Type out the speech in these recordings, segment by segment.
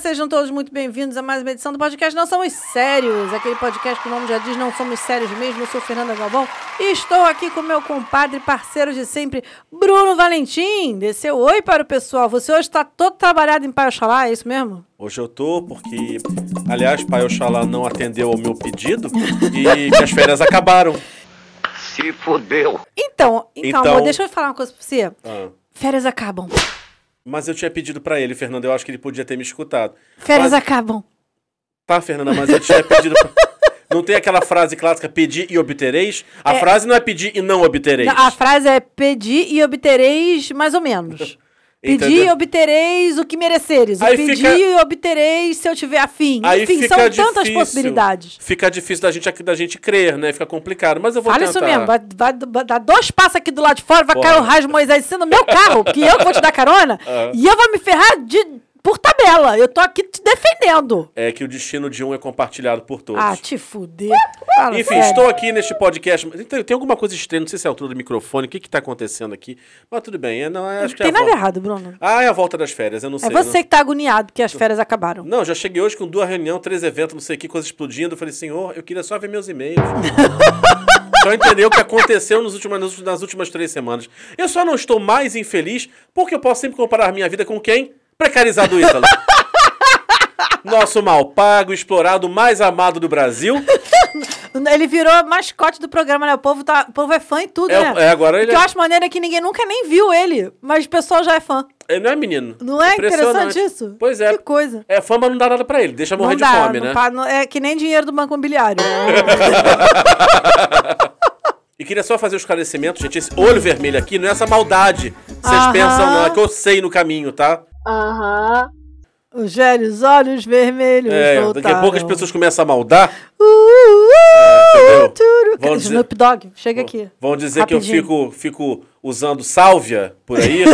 sejam todos muito bem-vindos a mais uma edição do podcast Não Somos Sérios. Aquele podcast que o nome já diz, não somos sérios mesmo. Eu sou Fernanda Galvão e estou aqui com meu compadre, parceiro de sempre, Bruno Valentim. Desceu oi para o pessoal. Você hoje está todo trabalhado em Pai Oxalá, é isso mesmo? Hoje eu tô, porque, aliás, Pai Oxalá não atendeu ao meu pedido e minhas férias acabaram. Se fudeu. Então, então, Então- amor, deixa eu falar uma coisa para você. Ah, Férias acabam. Mas eu tinha pedido pra ele, Fernanda, eu acho que ele podia ter me escutado. Férias Mas- acabam. Tá, Fernanda, mas eu tinha pedido pra... Não tem aquela frase clássica, pedir e obtereis? A É. frase não é pedir e não obtereis. A frase é pedi e obtereis mais ou menos. Pedi e Entendeu? obtereis o que mereceres. O Aí pedi fica- e obtereis se eu tiver afim. Aí Enfim, fica são tantas difícil. possibilidades. Fica difícil da gente, da gente crer, né? Fica complicado, mas eu vou Fala tentar. isso mesmo. Vai, vai- vai dar dois passos aqui do lado de fora, vai Porra. cair o raio de Moisés em cima do meu carro, porque eu que vou te dar carona. Ah. E eu vou me ferrar de- por tabela. Eu tô aqui te defendendo. É que o destino de um é compartilhado por todos. Ah, te fuder. Fala Enfim, sério. estou aqui neste podcast. mas Tem, tem alguma coisa estranha, não sei se é a altura do microfone, o que está acontecendo aqui. Mas tudo bem, é, não, é- acho que Tem é a nada volta. errado, Bruno. Ah, é a volta das férias, eu não sei. É você né? que tá agoniado que as férias acabaram. Não, já cheguei hoje com duas reuniões, três eventos, não sei o que, coisa explodindo. Eu falei, senhor, eu queria só ver meus e-mails. só entender o que aconteceu nos últimos, nas últimas- nas últimas três semanas. Eu só não estou mais infeliz porque eu posso sempre comparar minha vida com quem? Precarizado Ítalo. Nosso mal pago, explorado, mais amado do Brasil. Ele virou mascote do programa, né? O povo, tá, o povo é fã em tudo, É, né? é, agora O ele que eu é- acho maneiro é que ninguém nunca nem viu ele, mas o pessoal já é fã. Ele não é menino. Não é Impressionante. interessante isso? Pois é. Que coisa. É, fama não dá nada pra ele, deixa morrer não de dá, fome, não né? pa- não- é que nem dinheiro do banco imobiliário. E queria só fazer um esclarecimento, gente. Esse olho vermelho aqui não é essa maldade. Vocês Aham. pensam, não, é que eu sei no caminho, tá? Os velhos olhos vermelhos É, voltaram. daqui a pouco as pessoas começam a maldar, Uh, uh, uh, entendeu? turu. Vão dizer- Snoop Dogg, chega aqui. vão dizer Rapidinho. que eu fico, fico usando sálvia por aí.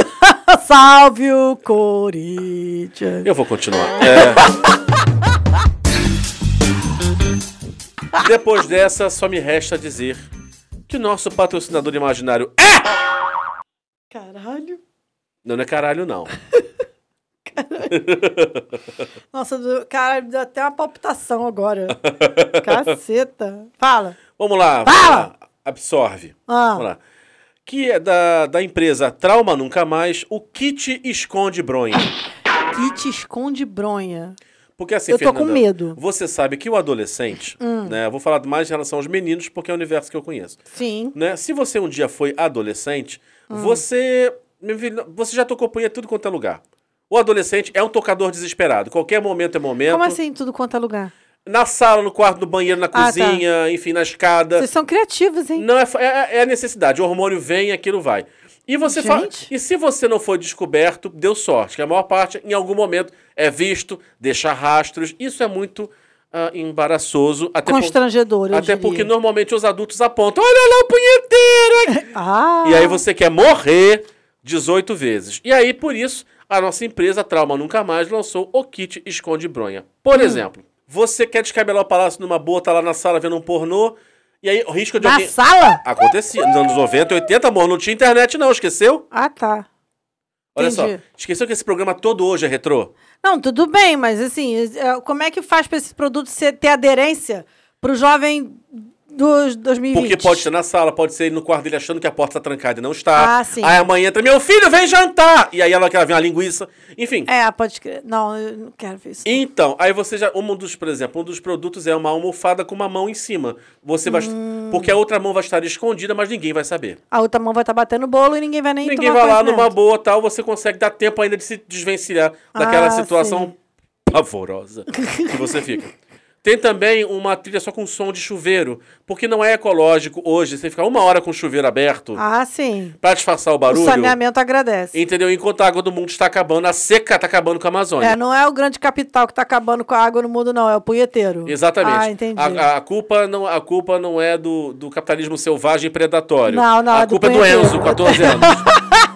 Salve o Corinthians. eu vou continuar. É. Depois dessa, só me resta dizer que o nosso patrocinador imaginário é. Caralho. Não, não é caralho, não. Nossa, do- cara, me deu até uma palpitação agora. Caceta. Fala. Vamos lá. vamos Fala! lá. Absorve. Ah. Vamos lá. Que é da, da empresa Trauma Nunca Mais, o kit esconde bronha. Kit esconde bronha. Porque assim, Eu tô com Fernanda, medo. Hum. Você sabe que o adolescente, né? eu Vou falar mais em relação aos meninos, porque é o universo que eu conheço. Sim. Né? Se você um dia foi adolescente, Hum. você. meu filho, Você já tocou punha em tudo quanto é lugar. O adolescente é um tocador desesperado. Qualquer momento é momento. Como assim, tudo quanto é lugar? Na sala, no quarto, no banheiro, na tá. cozinha, enfim, na escada. Vocês são criativos, hein? Não, é, fa- é, é a necessidade. O hormônio vem e aquilo vai. E você fala. Gente. E se você não for descoberto, deu sorte. Que a maior parte, em algum momento, é visto, deixa rastros. Isso é muito ah, embaraçoso. Até, por- Constrangedor, eu até diria. porque normalmente os adultos apontam: olha lá o punheteiro! ai." Ah, e aí você quer morrer 18 vezes. E aí, por isso, a nossa empresa Trauma Nunca Mais lançou o kit Esconde Bronha. Por Hum. exemplo, você quer descabelar o palácio numa boa, tá lá na sala vendo um pornô. E aí, o risco de na alguém. sala? Acontecia. Nos anos 90, 80, amor, não tinha internet, não, esqueceu? Ah, tá. Olha Entendi. só. Esqueceu que esse programa todo hoje é retrô? Não, tudo bem, mas assim, é, como é que faz pra esse produto ser, ter aderência pro jovem dos 2020? Porque pode ser na sala, pode ser ele no quarto dele achando que a porta tá trancada e não está. Ah, sim. Aí a mãe entra, meu filho, vem jantar! E aí ela quer vir uma linguiça. Enfim. É, pode crer. Não, eu não quero ver isso. Então, aí você já. Um dos, por exemplo, um dos produtos é uma almofada com uma mão em cima. Você vai. Hum. Porque a outra mão vai estar escondida, mas ninguém vai saber. A outra mão vai estar batendo bolo e ninguém vai nem ninguém tomar vai lá conhecimento. numa boa tal, você consegue dar tempo ainda de se desvencilhar daquela Ah, situação sim. pavorosa que você fica. Tem também uma trilha só com som de chuveiro, porque não é ecológico hoje você ficar uma hora com o chuveiro aberto Ah, sim. pra disfarçar o O barulho. saneamento agradece. Entendeu? Enquanto a água do mundo está acabando, a seca está acabando com a Amazônia. É, não é o grande capital que tá acabando com a água no mundo, não. É o punheteiro. Exatamente. Ah, entendi. A, a culpa não, a culpa não é do, do capitalismo selvagem e predatório. Não, não, A é do culpa é do punheteiro. Enzo, 14 anos.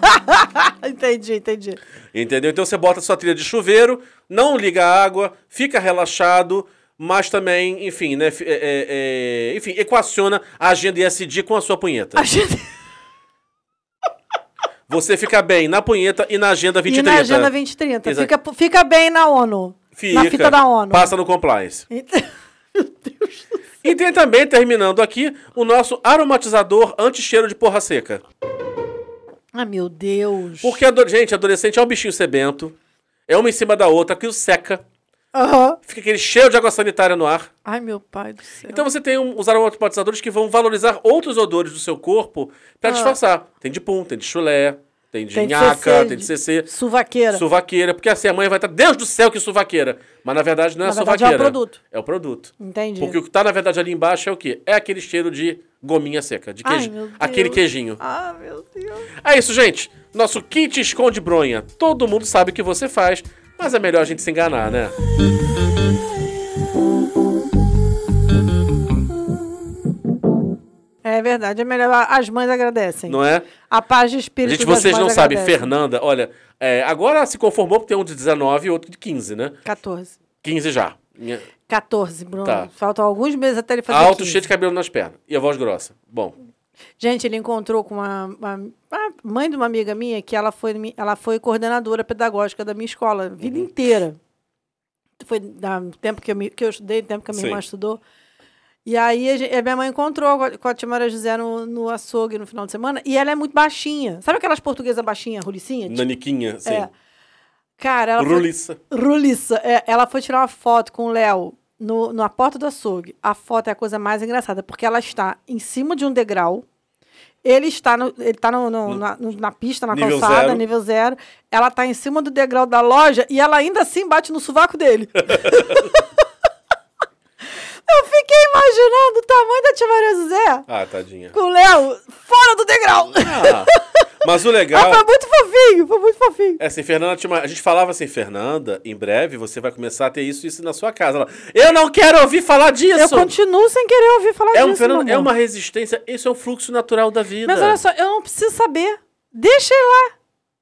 entendi, entendi. Entendeu? Então você bota sua trilha de chuveiro, não liga a água, fica relaxado, mas também, enfim, né? fi- é- é- é- enfim, equaciona a agenda ISD com a sua punheta. A gente... Você fica bem na punheta e na agenda E 2030. na Agenda 2030. Exato. Fica, fica bem na ONU. tá? Fica. Na fita da ONU. Passa no compliance. Então- Meu Deus. do céu. E tem também, terminando aqui, o nosso aromatizador anti-cheiro de porra seca. Ah, meu Deus. Porque, ado- gente, adolescente é um bichinho sebento. É uma em cima da outra, aquilo seca. Aham. Fica aquele cheiro de água sanitária no ar. Ai, meu pai do céu. Então você tem um- os aromatizadores que vão valorizar outros odores do seu corpo pra disfarçar. Tem de pum, tem de chulé, tem de Ah. Tem de nhaca, CC, tem de CC. Suvaqueira. Suvaqueira, porque assim a mãe vai estar, Deus do céu, que suvaqueira. Mas na verdade não é Na verdade, suvaqueira. é o produto. É o produto. Entendi. Porque o que tá na verdade ali embaixo é o quê? É aquele cheiro de gominha seca, de Ai, queijo, meu Deus. aquele queijinho. Ah, meu Deus. É isso, gente. Nosso kit esconde bronha. Todo mundo sabe o que você faz, mas é melhor a gente se enganar, né? É verdade, é melhor. As mães agradecem. Não é? A paz de espírito Gente, das vocês mães não sabem, agradece. Fernanda, olha, é, agora se conformou porque tem um de 19 e outro de 15, né? 14. 15 já. Minha- 14, Bruno. Tá. Faltam alguns meses até ele fazer Alto, 15. cheio de cabelo nas pernas. E a voz grossa. Bom, Gente, ele encontrou com uma, uma- uma mãe de uma amiga minha que ela foi, mi- ela foi coordenadora pedagógica da minha escola a vida inteira. Foi da- no tempo que eu, me- que eu estudei, no tempo que a minha Sim. irmã estudou. E aí a, gen- a minha mãe encontrou com a, com a tia Maria José no, no açougue no final de semana. E ela é muito baixinha. Sabe aquelas portuguesas baixinhas, rulicinha? naniquinha, assim. É. Cara, ela foi- Ruliça. Ruliça, é, ela foi tirar uma foto com o Léo no, na porta do açougue. A foto é a coisa mais engraçada, porque ela está em cima de um degrau. Ele está no- ele tá no- no- na, no- na pista, na Hum. Nível calçada, zero. nível zero. Ela está em cima do degrau da loja e ela ainda assim bate no sovaco dele. Eu fiquei imaginando o tamanho da tia Maria José Ah, tadinha. com o Léo fora do degrau. Ah, mas o legal. Mas foi muito fofinho, foi muito fofinho. É assim, Fernanda, tinha uma- a gente falava assim, Fernanda, em breve você vai começar a ter isso e isso na sua casa. Ela, eu não quero ouvir falar disso! Eu continuo sem querer ouvir falar é, um, disso, Fernanda, meu é amor. uma resistência, isso é o fluxo natural da vida. Mas olha só, eu não preciso saber. Deixa ele lá.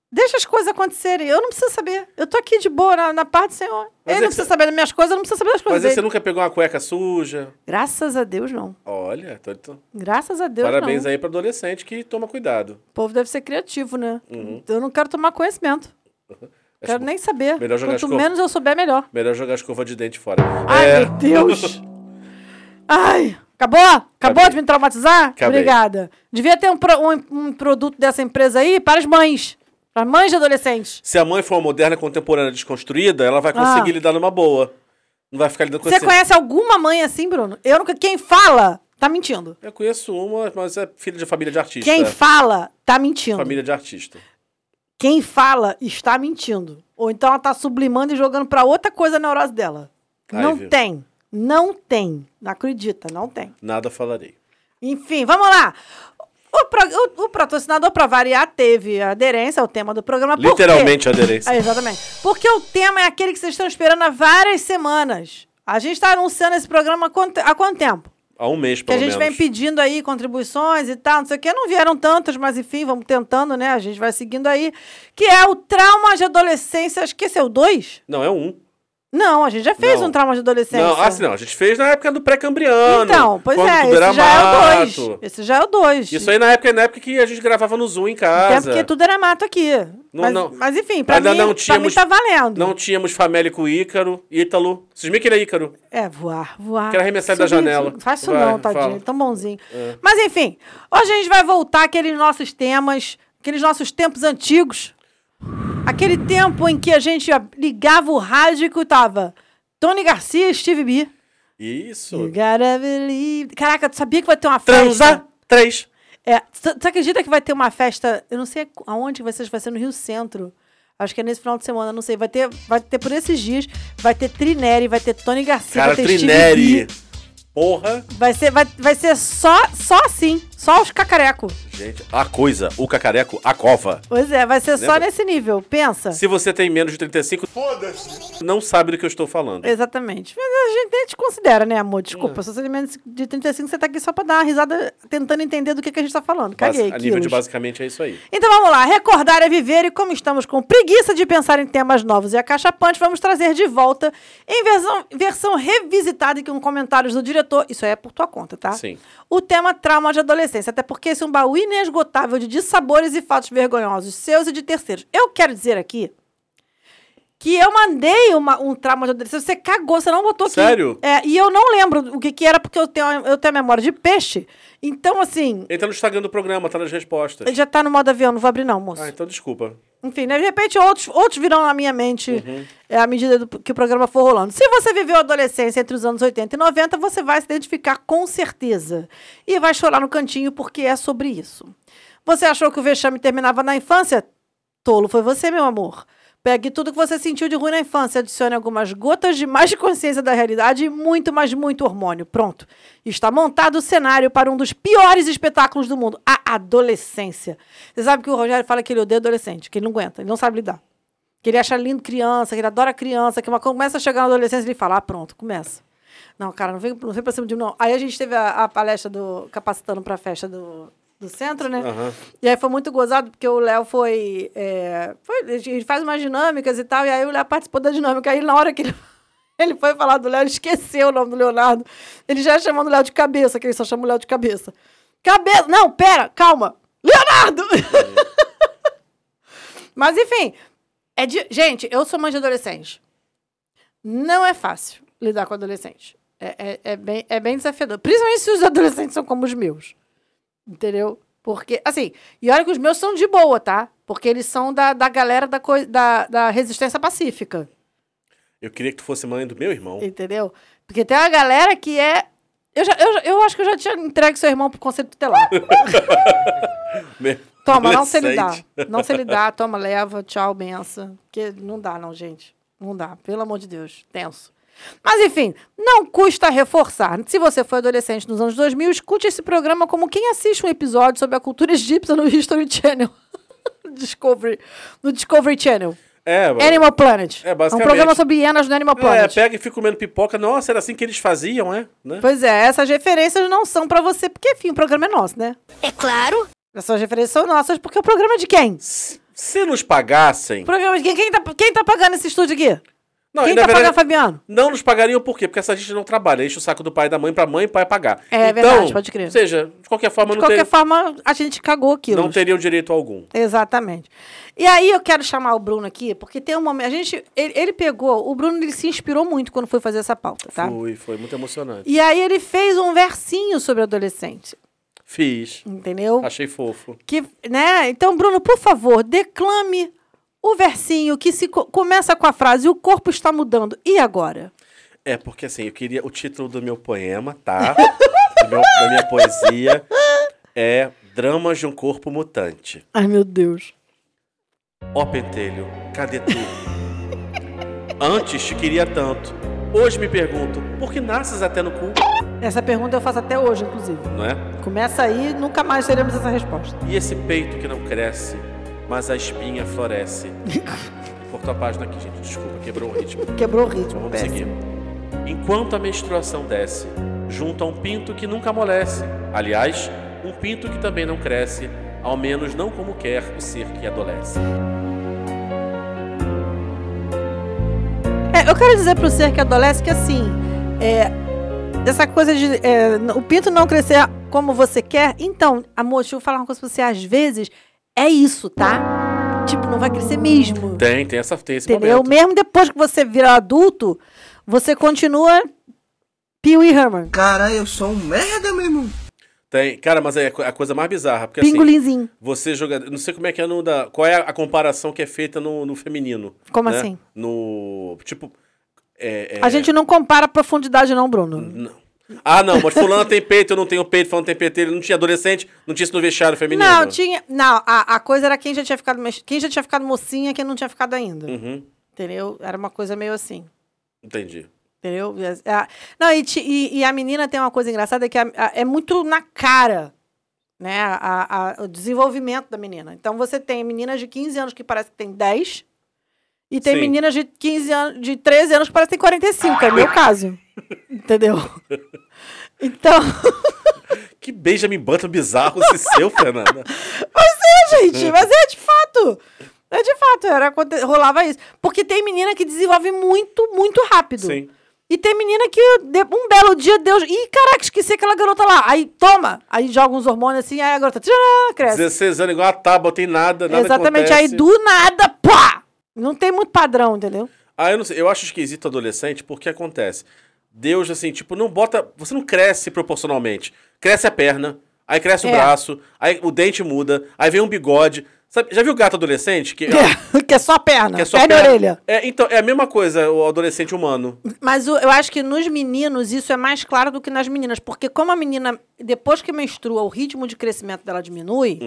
Deixa as coisas acontecerem. Eu não preciso saber. Eu tô aqui de boa, na, na parte do Senhor. Mas ele não é que precisa você- saber das minhas coisas, eu não preciso saber das coisas Mas aí você dele. nunca pegou uma cueca suja. Graças a Deus, não. Olha, tô- tô- Graças a Deus, parabéns não. aí pra adolescente que toma cuidado. O povo deve ser criativo, né? Uhum. Eu não quero tomar conhecimento. Quero nem saber. melhor jogar Quanto escova. menos eu souber, melhor. Melhor jogar a escova de dente fora. Ai, É, meu Deus! Ai! Acabou? Acabou Acabei. de me traumatizar? Acabei. Obrigada. Devia ter um, pro- um- um produto dessa empresa aí para as mães. Para mães de adolescentes. Se a mãe for uma moderna, contemporânea, desconstruída, ela vai conseguir Ah. lidar numa boa. Não vai ficar lidando com Você esse- conhece alguma mãe assim, Bruno? Eu nunca. Quem fala, tá mentindo. Eu conheço uma, mas é filha de família de artista. Quem fala, tá mentindo. é. Família de artista. Quem fala, está mentindo. Ou então ela tá sublimando e jogando pra outra coisa a neurose dela. Ai, não viu? tem. Não tem. Não acredita, não tem. Nada falarei. Enfim, vamos lá. O, pro- o- o patrocinador, pra variar, teve aderência ao tema do programa. Por quê? Literalmente aderência. Ah, exatamente. Porque o tema é aquele que vocês estão esperando há várias semanas. A gente tá anunciando esse programa há quanto- há quanto tempo? Há um mês, Que pelo a gente vem menos. pedindo aí contribuições e tal, não sei o quê. Não vieram tantas, mas enfim, vamos tentando, né? A gente vai seguindo aí. Que é o trauma de adolescência. Esqueceu dois? Não, é um. Não, a gente já fez Não. um trauma de adolescência. Não, assim não. A gente fez na época do pré-cambriano. Então, pois quando é, tudo era esse já é o mato. dois. Esse já é o dois. Isso aí na época, na época que a gente gravava no Zoom em Até casa. porque tudo era mato aqui. Não, mas, não. mas enfim, pra Ainda mim, não pra mim tínhamos- tá valendo. Não tínhamos famélico Ícaro, Ítalo. Vocês me queriam Ícaro? É, voar, voar. Quero arremessar ele da Subir, janela. subir. Faz isso Vai, não, tadinho. fala. É. Tão bonzinho. Mas enfim, hoje a gente vai voltar àqueles nossos temas, aqueles nossos tempos antigos. Aquele tempo em que a gente ab- ligava o rádio e escutava Tony Garcia e Steve B. You Isso. gotta believe. Caraca, tu sabia que vai ter uma festa? Transa três. É, tu tu acredita que vai ter uma festa? Eu não sei aonde vai ser, vai ser no Rio Centro. Acho que é nesse final de semana, não sei. Vai ter, vai ter por esses dias, vai ter Trineri, vai ter Tony Garcia, Cara, vai ter Steve B. Trineri. Porra. Vai ser, vai, vai ser só, só assim. Só os cacareco. Gente, a coisa. O cacareco, a cova. Pois é, vai ser só Lembra? nesse nível. Pensa. Se você tem menos de 35, foda-se. Não sabe do que eu estou falando. Exatamente. Mas a gente nem te considera, né, amor? É. Desculpa. Se você tem menos de 35, você tá aqui só pra dar uma risada tentando entender do que, que a gente tá falando. Basi- Caguei. a nível quilos. de basicamente é isso aí. Então vamos lá, recordar é viver e como estamos com preguiça de pensar em temas novos e acachapantes, vamos trazer de volta em versão, versão revisitada e com comentários do diretor, isso aí é por tua conta, tá? Sim. O tema trauma de adolescência, até porque esse é um baú inesgotável de dissabores e fatos vergonhosos seus e de terceiros. Eu quero dizer aqui que eu mandei uma- um trauma de adolescência. Você cagou, você não botou aqui. Sério? É, e eu não lembro o que, que era, porque eu tenho, eu tenho a memória de peixe. Então, assim, Ele tá no Instagram do programa, tá nas respostas. ele já tá no modo avião, não vou abrir não, moço. Ah, então desculpa. Enfim, né, de repente outros, outros virão na minha mente é, à medida do- que o programa for rolando. Se você viveu a adolescência entre os anos 80 e 90, você vai se identificar com certeza. E vai chorar no cantinho porque é sobre isso. Você achou que o vexame terminava na infância? Tolo foi você, meu amor. Pegue tudo que você sentiu de ruim na infância, adicione algumas gotas de mais consciência da realidade e muito, mas muito hormônio. Pronto. Está montado o cenário para um dos piores espetáculos do mundo, a adolescência. Você sabe que o Rogério fala que ele odeia adolescente, que ele não aguenta, ele não sabe lidar. Que ele acha lindo criança, que ele adora criança, que uma começa a chegar na adolescência ele fala, ah, pronto, começa. Não, cara, não vem, não vem pra cima de mim, não. Aí a gente teve a, a palestra do Capacitando pra festa do, do centro, né? Aham. E aí foi muito gozado, porque o Léo foi, é, foi- A gente faz umas dinâmicas e tal, e aí o Léo participou da dinâmica. Aí na hora que ele, ele foi falar do Léo, ele esqueceu o nome do Leonardo. Ele já chamando o Léo de cabeça, que ele só chama o Léo de cabeça. Cabeça! Não, pera, calma! Leonardo! Mas enfim, é de... gente, eu sou mãe de adolescente. Não é fácil lidar com adolescente. É, é, é bem, é bem desafiador. Principalmente se os adolescentes são como os meus. Entendeu? Porque, assim, e olha que os meus são de boa, tá? Porque eles são da, da galera da, coi- da, da resistência pacífica. Eu queria que tu fosse mãe do meu irmão. Entendeu? Porque tem uma galera que é. Eu, já, eu, já- eu acho que eu já tinha entregue seu irmão pro conselho tutelar. Meu Toma, não sei lidar. adolescente. Não sei lidar, toma, leva, tchau, benção. Porque não dá, não, gente. Não dá, pelo amor de Deus. Tenso. Mas, enfim, não custa reforçar. Se você foi adolescente nos anos 2000, escute esse programa como quem assiste um episódio sobre a cultura egípcia no History Channel. Discovery. No Discovery Channel. É, mano. Animal Planet. É, basicamente. um programa sobre hienas no Animal É, Planet. pega e fica comendo pipoca. Nossa, era assim que eles faziam, é? Né? Pois é, essas referências não são pra você, porque, enfim, o programa é nosso, né? É claro. Essas referências são nossas porque o programa é de quem? Se- Se nos pagassem. O programa é de quem? Quem tá, quem tá pagando esse estúdio aqui? Não, né? Quem e tá na verdade, pagando, Fabiano? Não nos pagariam por quê? Porque essa gente não trabalha. Enche o saco do pai e da mãe pra mãe e pai pagar. Então, É verdade, pode crer. Ou seja, de qualquer forma, De não, qualquer ter, forma, a gente cagou aquilo. né? não teriam direito algum. Exatamente. E aí eu quero chamar o Bruno aqui, porque tem um momento. A gente. Ele, ele pegou. O Bruno ele se inspirou muito quando foi fazer essa pauta, tá? Foi, foi muito emocionante. E aí ele fez um versinho sobre adolescente. Fiz. Entendeu? Achei fofo. Que, né? Então, Bruno, por favor, declame o versinho que se co- começa com a frase: o corpo está mudando. E agora? É, porque assim, eu queria. O título do meu poema, tá? Do meu- da minha poesia é Dramas de um Corpo Mutante. Ai, meu Deus. Ó pentelho, cadê tu? Antes te queria tanto. Hoje me pergunto, por que nasces até no cu? Essa pergunta eu faço até hoje, inclusive. Não é? Começa aí, nunca mais teremos essa resposta. E esse peito que não cresce, mas a espinha floresce. Cortou a página aqui, gente. Desculpa, quebrou o ritmo. Quebrou o ritmo, Vamos péssimo. seguir. Enquanto a menstruação desce, junto a um pinto que nunca amolece. Aliás, um pinto que também não cresce, ao menos não como quer o ser que adolesce. É, eu quero dizer pro ser que adolesce que assim, é, essa coisa de é, n- o pinto não crescer como você quer, então, amor, deixa eu falar uma coisa pra você, às vezes é isso, tá? Tipo, não vai crescer mesmo. Tem, tem, essa, tem esse Entendeu? momento. Mesmo depois que você virar adulto, você continua Pee-wee Herman, Cara, eu sou um merda, meu irmão. Tem. Cara, mas é a co- a coisa mais bizarra, porque assim, pingolinzinho. você joga. Não sei como é que é no da. Qual é a comparação que é feita no, no feminino? Como né? assim? No. Tipo. É, é- A gente não compara a profundidade não, Bruno. Não. Ah, não, mas fulano tem peito, eu não tenho peito, fulano tem peito, ele não tinha adolescente, não tinha isso no vestiário feminino. Não, tinha, não, a, a coisa era quem já tinha ficado, mex- quem já tinha ficado mocinha, quem não tinha ficado ainda. Uhum, Entendeu? Era uma coisa meio assim. entendi. Entendeu? E as- a- Não, e, ti- e- e a menina tem uma coisa engraçada que a- a- é muito na cara, né? a- a- o desenvolvimento da menina. Então você tem meninas de 15 anos que parece que tem 10, e tem Sim. meninas de 15 anos, de 13 anos que parece que tem 45, que é o meu caso. Entendeu? Então, Que Benjamin Button bizarro esse seu, Fernanda. gente, mas é de fato. É de fato, era, aconte- rolava isso. Porque tem menina que desenvolve muito, muito rápido. Sim. E tem menina que de- um belo dia Deus. Ih, caraca, esqueci aquela garota lá. Aí toma! Aí joga uns hormônios assim, aí a garota tcharam, cresce. 16 anos, igual a tábua, tem nada, nada Exatamente. acontece. Aí do nada, pá! Não tem muito padrão, entendeu? Ah, eu não sei. Eu acho esquisito adolescente porque acontece. Deus, assim, tipo, não bota. Você não cresce proporcionalmente. Cresce a perna, aí cresce o É. braço, aí o dente muda, aí vem um bigode. Sabe, já viu gato adolescente? Que, Que é só a perna, que é só perna e perna? orelha. É, então, é a mesma coisa, o adolescente humano. Mas o- eu acho que nos meninos isso é mais claro do que nas meninas. Porque como a menina, depois que menstrua, o ritmo de crescimento dela diminui,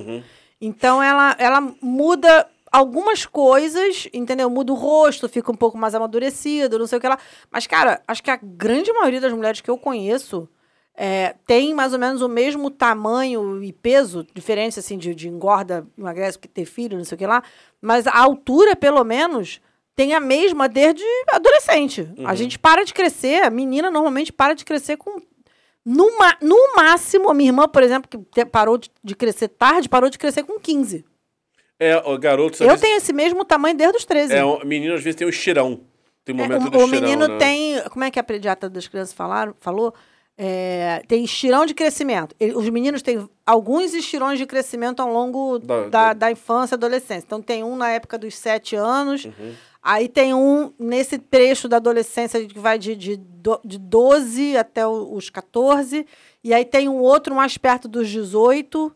então ela, ela muda algumas coisas, entendeu? Muda o rosto, fica um pouco mais amadurecido, não sei o que lá. Mas, cara, acho que a grande maioria das mulheres que eu conheço é, tem mais ou menos o mesmo tamanho e peso, diferença assim de, de engorda, emagrece, porque ter filho, não sei o que lá. Mas a altura, pelo menos, tem a mesma desde adolescente. A gente para de crescer, a menina normalmente para de crescer com. No, ma- no máximo, a minha irmã, por exemplo, que te- parou de, de crescer tarde, parou de crescer com 15. É, o garoto, às Eu vezes, tenho esse mesmo tamanho desde os 13. é, o menino às vezes tem um estirão. Tem um É, momento o, do o estirão. menino né? tem. Como é que a pediatra das crianças falaram, falou? É, tem estirão de crescimento. Ele- os meninos têm alguns estirões de crescimento ao longo Da- da, da- da, infância e adolescência. Então, tem um na época dos sete anos, Uhum. aí tem um nesse trecho da adolescência que vai de, de, do- de 12 até o- os 14, e aí tem um outro mais perto dos 18,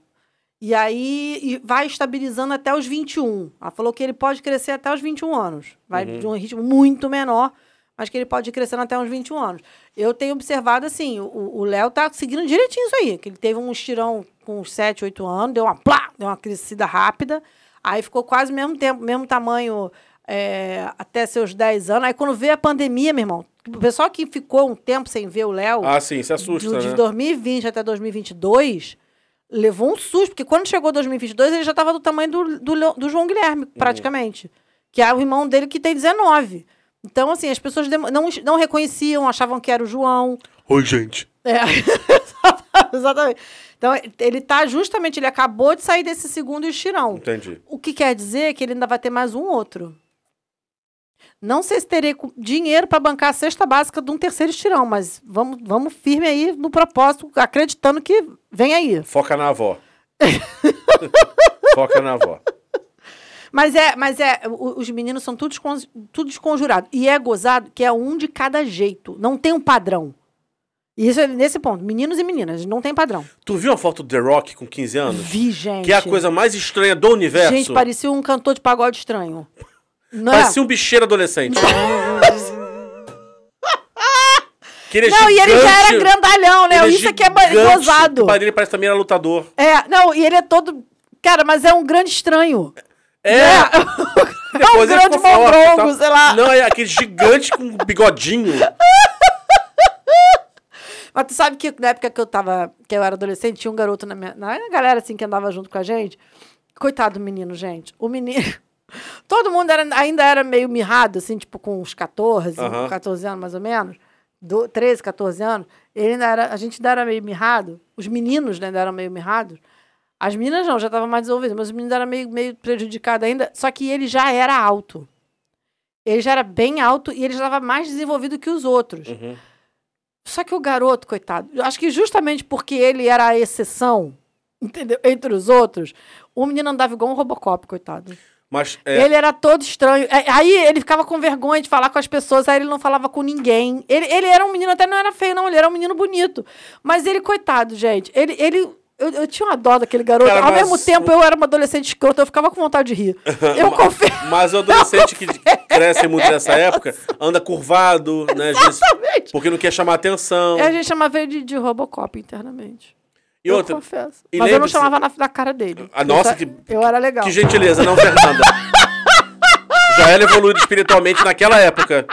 e aí e vai estabilizando até os 21. Ela falou que ele pode crescer até os 21 anos. Vai de um ritmo muito menor, mas que ele pode ir crescendo até uns 21 anos. Eu tenho observado assim, o- o Léo tá seguindo direitinho isso aí, que ele teve um estirão com uns 7, 8 anos, deu uma plá, deu uma crescida rápida, aí ficou quase o mesmo tempo, mesmo tamanho é, até seus 10 anos. Aí quando veio a pandemia, meu irmão, o pessoal que ficou um tempo sem ver o Léo, Ah, sim, se assusta, do- de né? 2020 até 2022, levou um susto, porque quando chegou 2022, ele já estava do tamanho do, do, Leo- do João Guilherme, praticamente. Que é o irmão dele que tem 19. Então, assim, as pessoas demo- não, não reconheciam, achavam que era o João. Oi, gente. É, exatamente. Então, ele tá justamente, ele acabou de sair desse segundo estirão. Entendi. O que quer dizer que ele ainda vai ter mais um outro. Não sei se terei cu- dinheiro para bancar a cesta básica de um terceiro estirão, mas vamos, vamos firme aí no propósito, acreditando que vem aí. Foca na avó. Foca na avó. Mas é, mas é, o- os meninos são tudo, descon, tudo desconjurado. E é gozado que é um de cada jeito. Não tem um padrão. E Isso é nesse ponto. Meninos e meninas, não tem padrão. Tu viu a foto do The Rock com 15 anos? Vi, gente. Que é a coisa mais estranha do universo. Gente, parecia um cantor de pagode estranho. Não é? Parecia um bicheiro adolescente. que ele é Não, e ele já era gigante, grandalhão, né? ele Isso aqui é ba- gigante, O gozado. pai dele parece também era lutador. É, não, e ele é todo. Cara, mas é um grande estranho. É. É um Depois ele grande ficou forte e mondrongo, tal. sei lá. Não, é aquele gigante com um bigodinho. Mas tu sabe que na época que eu tava, que eu era adolescente, tinha um garoto na minha. Na galera assim que andava junto com a gente. Coitado do menino, gente. O menino. Todo mundo era- ainda era meio mirrado, assim, tipo, com uns 14, Aham. 14 anos mais ou menos. Do, 13, 14 anos. Ele ainda era, a gente ainda era meio mirrado. Os meninos né, ainda eram meio mirrados. As meninas não, já estavam mais desenvolvidas, mas os meninos eram meio, meio prejudicados ainda. Só que ele já era alto. Ele já era bem alto e ele já estava mais desenvolvido que os outros. Uhum. Só que o garoto, coitado, eu acho que justamente porque ele era a exceção, entendeu? Entre os outros, o menino andava igual um Robocop, coitado. Mas é, Ele era todo estranho. É, Aí ele ficava com vergonha de falar com as pessoas, aí ele não falava com ninguém. Ele, ele era um menino, até não era feio, não, ele era um menino bonito. Mas ele, coitado, gente, ele. ele eu, eu tinha uma dó daquele garoto. Cara, Ao mas mesmo tempo, eu era uma adolescente escrota, eu ficava com vontade de rir. Eu confesso. mas o adolescente que cresce muito nessa época anda curvado, né? às vezes, Exatamente. porque não quer chamar atenção. A gente chamava ele de, de Robocop internamente. E outra, Eu confesso. e Mas eu não lembre-se- chamava na, na cara dele. Ah, nossa, eu, só- que- Eu era legal. Que gentileza, não, Fernanda. já era evoluída espiritualmente naquela época.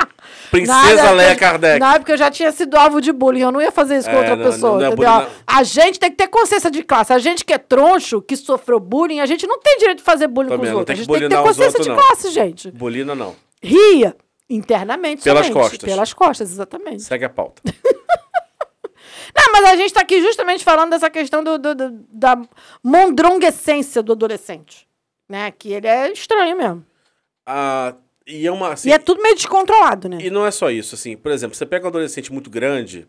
Princesa época- Leia Kardec. Na época eu já tinha sido alvo de bullying, eu não ia fazer isso com É, outra não, pessoa, não, não é entendeu? bullying, não. A gente tem que ter consciência de classe. A gente que é troncho, que sofreu bullying, a gente não tem direito de fazer bullying Também com os não outros. tem A que gente tem que ter bullying os consciência outros, de não. classe, gente. Bolina não. Ria internamente Pelas somente, costas. Pelas costas, exatamente. Segue a pauta. Não, mas a gente tá aqui justamente falando dessa questão do, do- do- da mondronguescência do adolescente, né? Que ele é estranho mesmo. Ah, e é uma. assim, E é tudo meio descontrolado, né? e não é só isso, assim. Por exemplo, você pega um adolescente muito grande,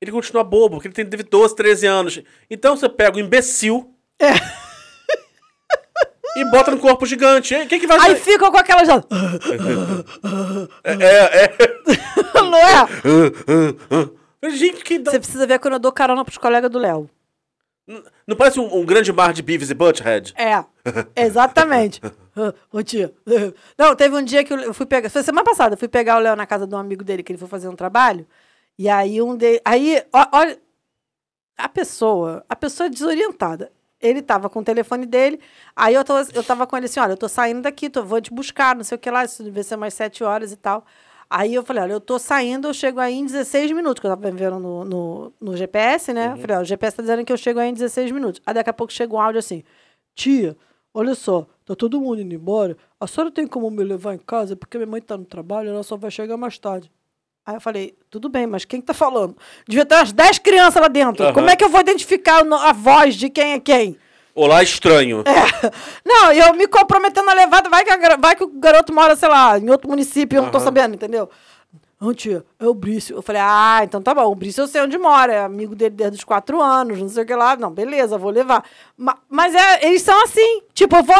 ele continua bobo, porque ele tem- É. teve 12, 13 anos. Então você pega um imbecil. e bota no corpo gigante. hein? Quem que vai Aí sair? ficam com aquelas. É, é, é. Não é? Gente, que dá- Você precisa ver quando eu dou carona pros colegas do Léo. Não parece um, um grande bar de Beavis e Butthead? É, exatamente. Ah, Ô tia. Não, teve um dia que eu eu fui pegar. Foi semana passada, eu fui pegar o Léo na casa de um amigo dele, que ele foi fazer um trabalho. E aí um dele. Aí, ó- olha. A pessoa, a pessoa é desorientada. Ele tava com o telefone dele. Aí eu, tô, eu tava com ele assim: olha, eu tô saindo daqui, tô, vou te buscar, não sei o que lá, isso deve ser mais sete horas e tal. Aí eu falei: olha, eu tô saindo, eu chego aí em 16 minutos, que eu tava vendo no, no, no GPS, né? Eu Falei: ó, o GPS tá dizendo que eu chego aí em 16 minutos. Aí daqui a pouco chega um áudio assim: tia, olha só, tá todo mundo indo embora, a senhora tem como me levar em casa porque minha mãe tá no trabalho, ela só vai chegar mais tarde. Aí eu falei, tudo bem, mas quem que tá falando? Devia ter umas 10 crianças lá dentro. Aham. Como é que eu vou identificar o no- a voz de quem é quem? Olá, estranho. É. Não, eu me comprometendo a levar, vai que, a gar- vai que o garoto mora, sei lá, em outro município, eu não tô sabendo, entendeu? Não, tia, é o Brício. Eu falei, ah, então tá bom, o Brício eu sei onde mora, é amigo dele desde os quatro anos, não sei o que lá. Não, beleza, vou levar. Ma- Mas, é, eles são assim, tipo, eu vou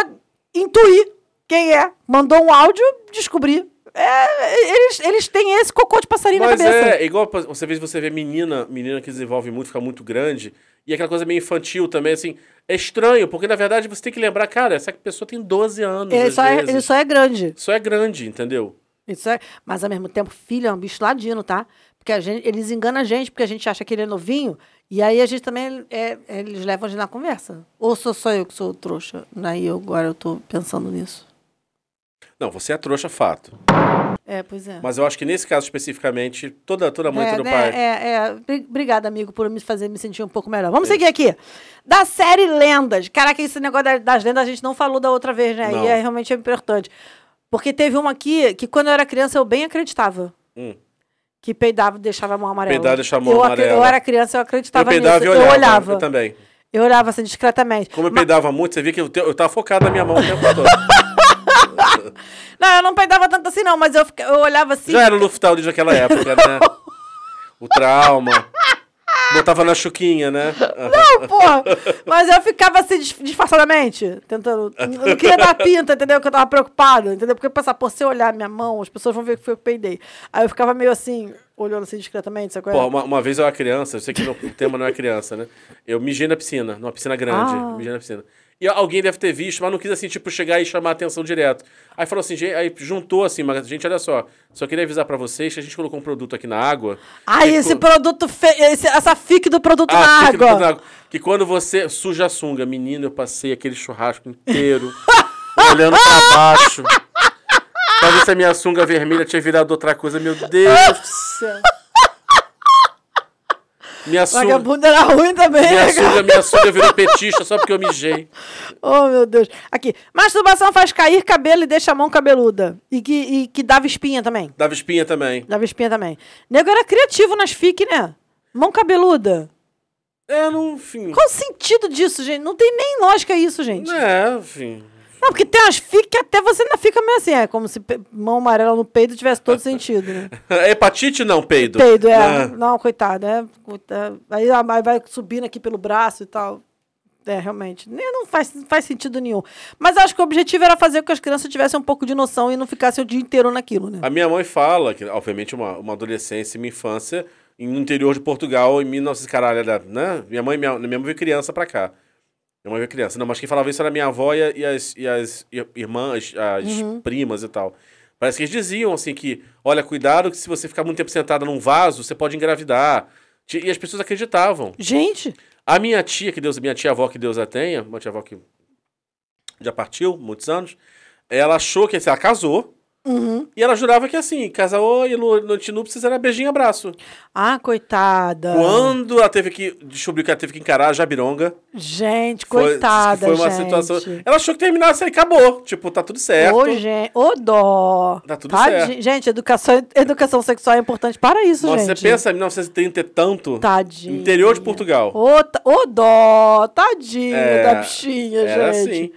intuir quem é. Mandou um áudio, descobri. É, eles, eles têm esse cocô de passarinho Mas na cabeça. é, igual pra- você vê, você vê menina, menina que desenvolve muito, fica muito grande, e aquela coisa meio infantil também, assim, é estranho, porque na verdade você tem que lembrar, cara, essa pessoa tem 12 anos, Ele às só, é, vezes. ele só é grande. Só é grande, entendeu? Isso é, mas ao mesmo tempo, filho é um bicho ladino, tá? Porque a gente, eles enganam a gente, porque a gente acha que ele é novinho, e aí a gente também, é- eles levam a gente na conversa. Ou sou só eu que sou trouxa? Aí eu, agora eu tô pensando nisso. Não, você é trouxa, fato. É, pois é. Mas eu acho que nesse caso especificamente, toda, toda mãe, é, todo né? pai. É, é. Bri- Obrigada, amigo, por me fazer me sentir um pouco melhor. É Vamos seguir aqui. Da série Lendas. Caraca, esse negócio da- das lendas a gente não falou da outra vez, né? Não. E é realmente importante. Porque teve uma aqui que quando eu era criança eu bem acreditava. Hum. Que peidava e deixava a mão amarela. Peidava e deixava a mão eu, acre- amarela. Eu era criança, eu eu acreditava peidava e nisso. olhava. Eu olhava. Eu também. Eu olhava assim discretamente. Como eu Ma- peidava muito, você via que eu, te- eu tava focado na minha mão o tempo todo. Não, eu não peidava tanto assim, não, mas eu, fica- eu olhava assim. Já era o Luftal desde aquela época, né? O trauma. Botava na chuquinha, né? Não, porra! Mas eu ficava assim, dis- disfarçadamente, tentando. Eu não queria dar pinta, entendeu? Que eu tava preocupada, entendeu? Porque eu pensava, pô, se eu olhar minha mão, as pessoas vão ver que foi eu que peidei. Aí eu ficava meio assim, olhando assim discretamente, sabe qual é? Pô, uma, uma vez eu era criança, eu sei que não- o tema não é criança, né? Eu mijei na piscina, numa piscina grande. Ah. Mijei na piscina. E alguém deve ter visto, mas não quis assim, tipo, chegar e chamar a atenção direto. Aí falou assim, gente, aí juntou assim, mas, gente, olha só, só queria avisar pra vocês que a gente colocou um produto aqui na água. Ai, que Ah, esse co- produto feio, esse- essa fique do produto Ah, na fica no água. fundo da água. Que quando você suja a sunga, menino, eu passei aquele churrasco inteiro olhando pra baixo. Talvez se a minha sunga vermelha tinha virado outra coisa. Meu Deus do céu. Minha sunga, Vagabundo era ruim também, minha né, cara? sunga, minha sunga virou petista só porque eu mijei. Oh, meu Deus. Aqui. Masturbação faz cair cabelo e deixa a mão cabeluda. E que, e que dava espinha também. Dava espinha também. Dava espinha também. Nego era criativo nas fic, né? Mão cabeluda. É, não, enfim. Qual o sentido disso, gente? Não tem nem lógica isso, gente. É, enfim. Não, porque tem umas fic que até você ainda fica meio assim. É como se pe- mão amarela no peito tivesse todo sentido, né? É hepatite não, peido. Peido, é. Ah. Não, coitado, é. coitado. Aí a- aí vai subindo aqui pelo braço e tal. É, realmente. Nem- Não faz, não faz sentido nenhum. Mas acho que o objetivo era fazer com que as crianças tivessem um pouco de noção e não ficassem o dia inteiro naquilo, né? A minha mãe fala que, obviamente, uma, uma adolescência e minha infância em- no interior de Portugal, em 1900, caralho, era, né? Minha mãe, minha, minha mãe veio criança pra cá. Minha mãe veio criança. Não, mas quem falava isso era minha avó e, a- e as, e as i- irmãs, as Uhum. primas e tal. Parece que eles diziam, assim, que, olha, cuidado que se você ficar muito tempo sentada num vaso, você pode engravidar. Ti- E as pessoas acreditavam. Gente, A minha tia, que Deus, minha tia avó que Deus a tenha, uma tia avó que já partiu, muitos anos, ela achou que assim, ela casou. E ela jurava que assim, casou e no, no antinúpcias era beijinho e abraço. ah, coitada. Quando ela teve que. Descobriu que ela teve que encarar a Jabironga. Gente, foi- coitada, Foi uma gente. situação. Ela achou que terminasse e acabou. Tipo, tá tudo certo. Ô, gente, ô dó. Tá tudo Tadinho. certo. Gente, educação, educação sexual é importante para isso, Nossa, gente. você pensa em 1930 e tanto. Tadinho. Interior de Portugal. Ô, ta- ô dó, tadinho É, da bichinha, era gente. assim.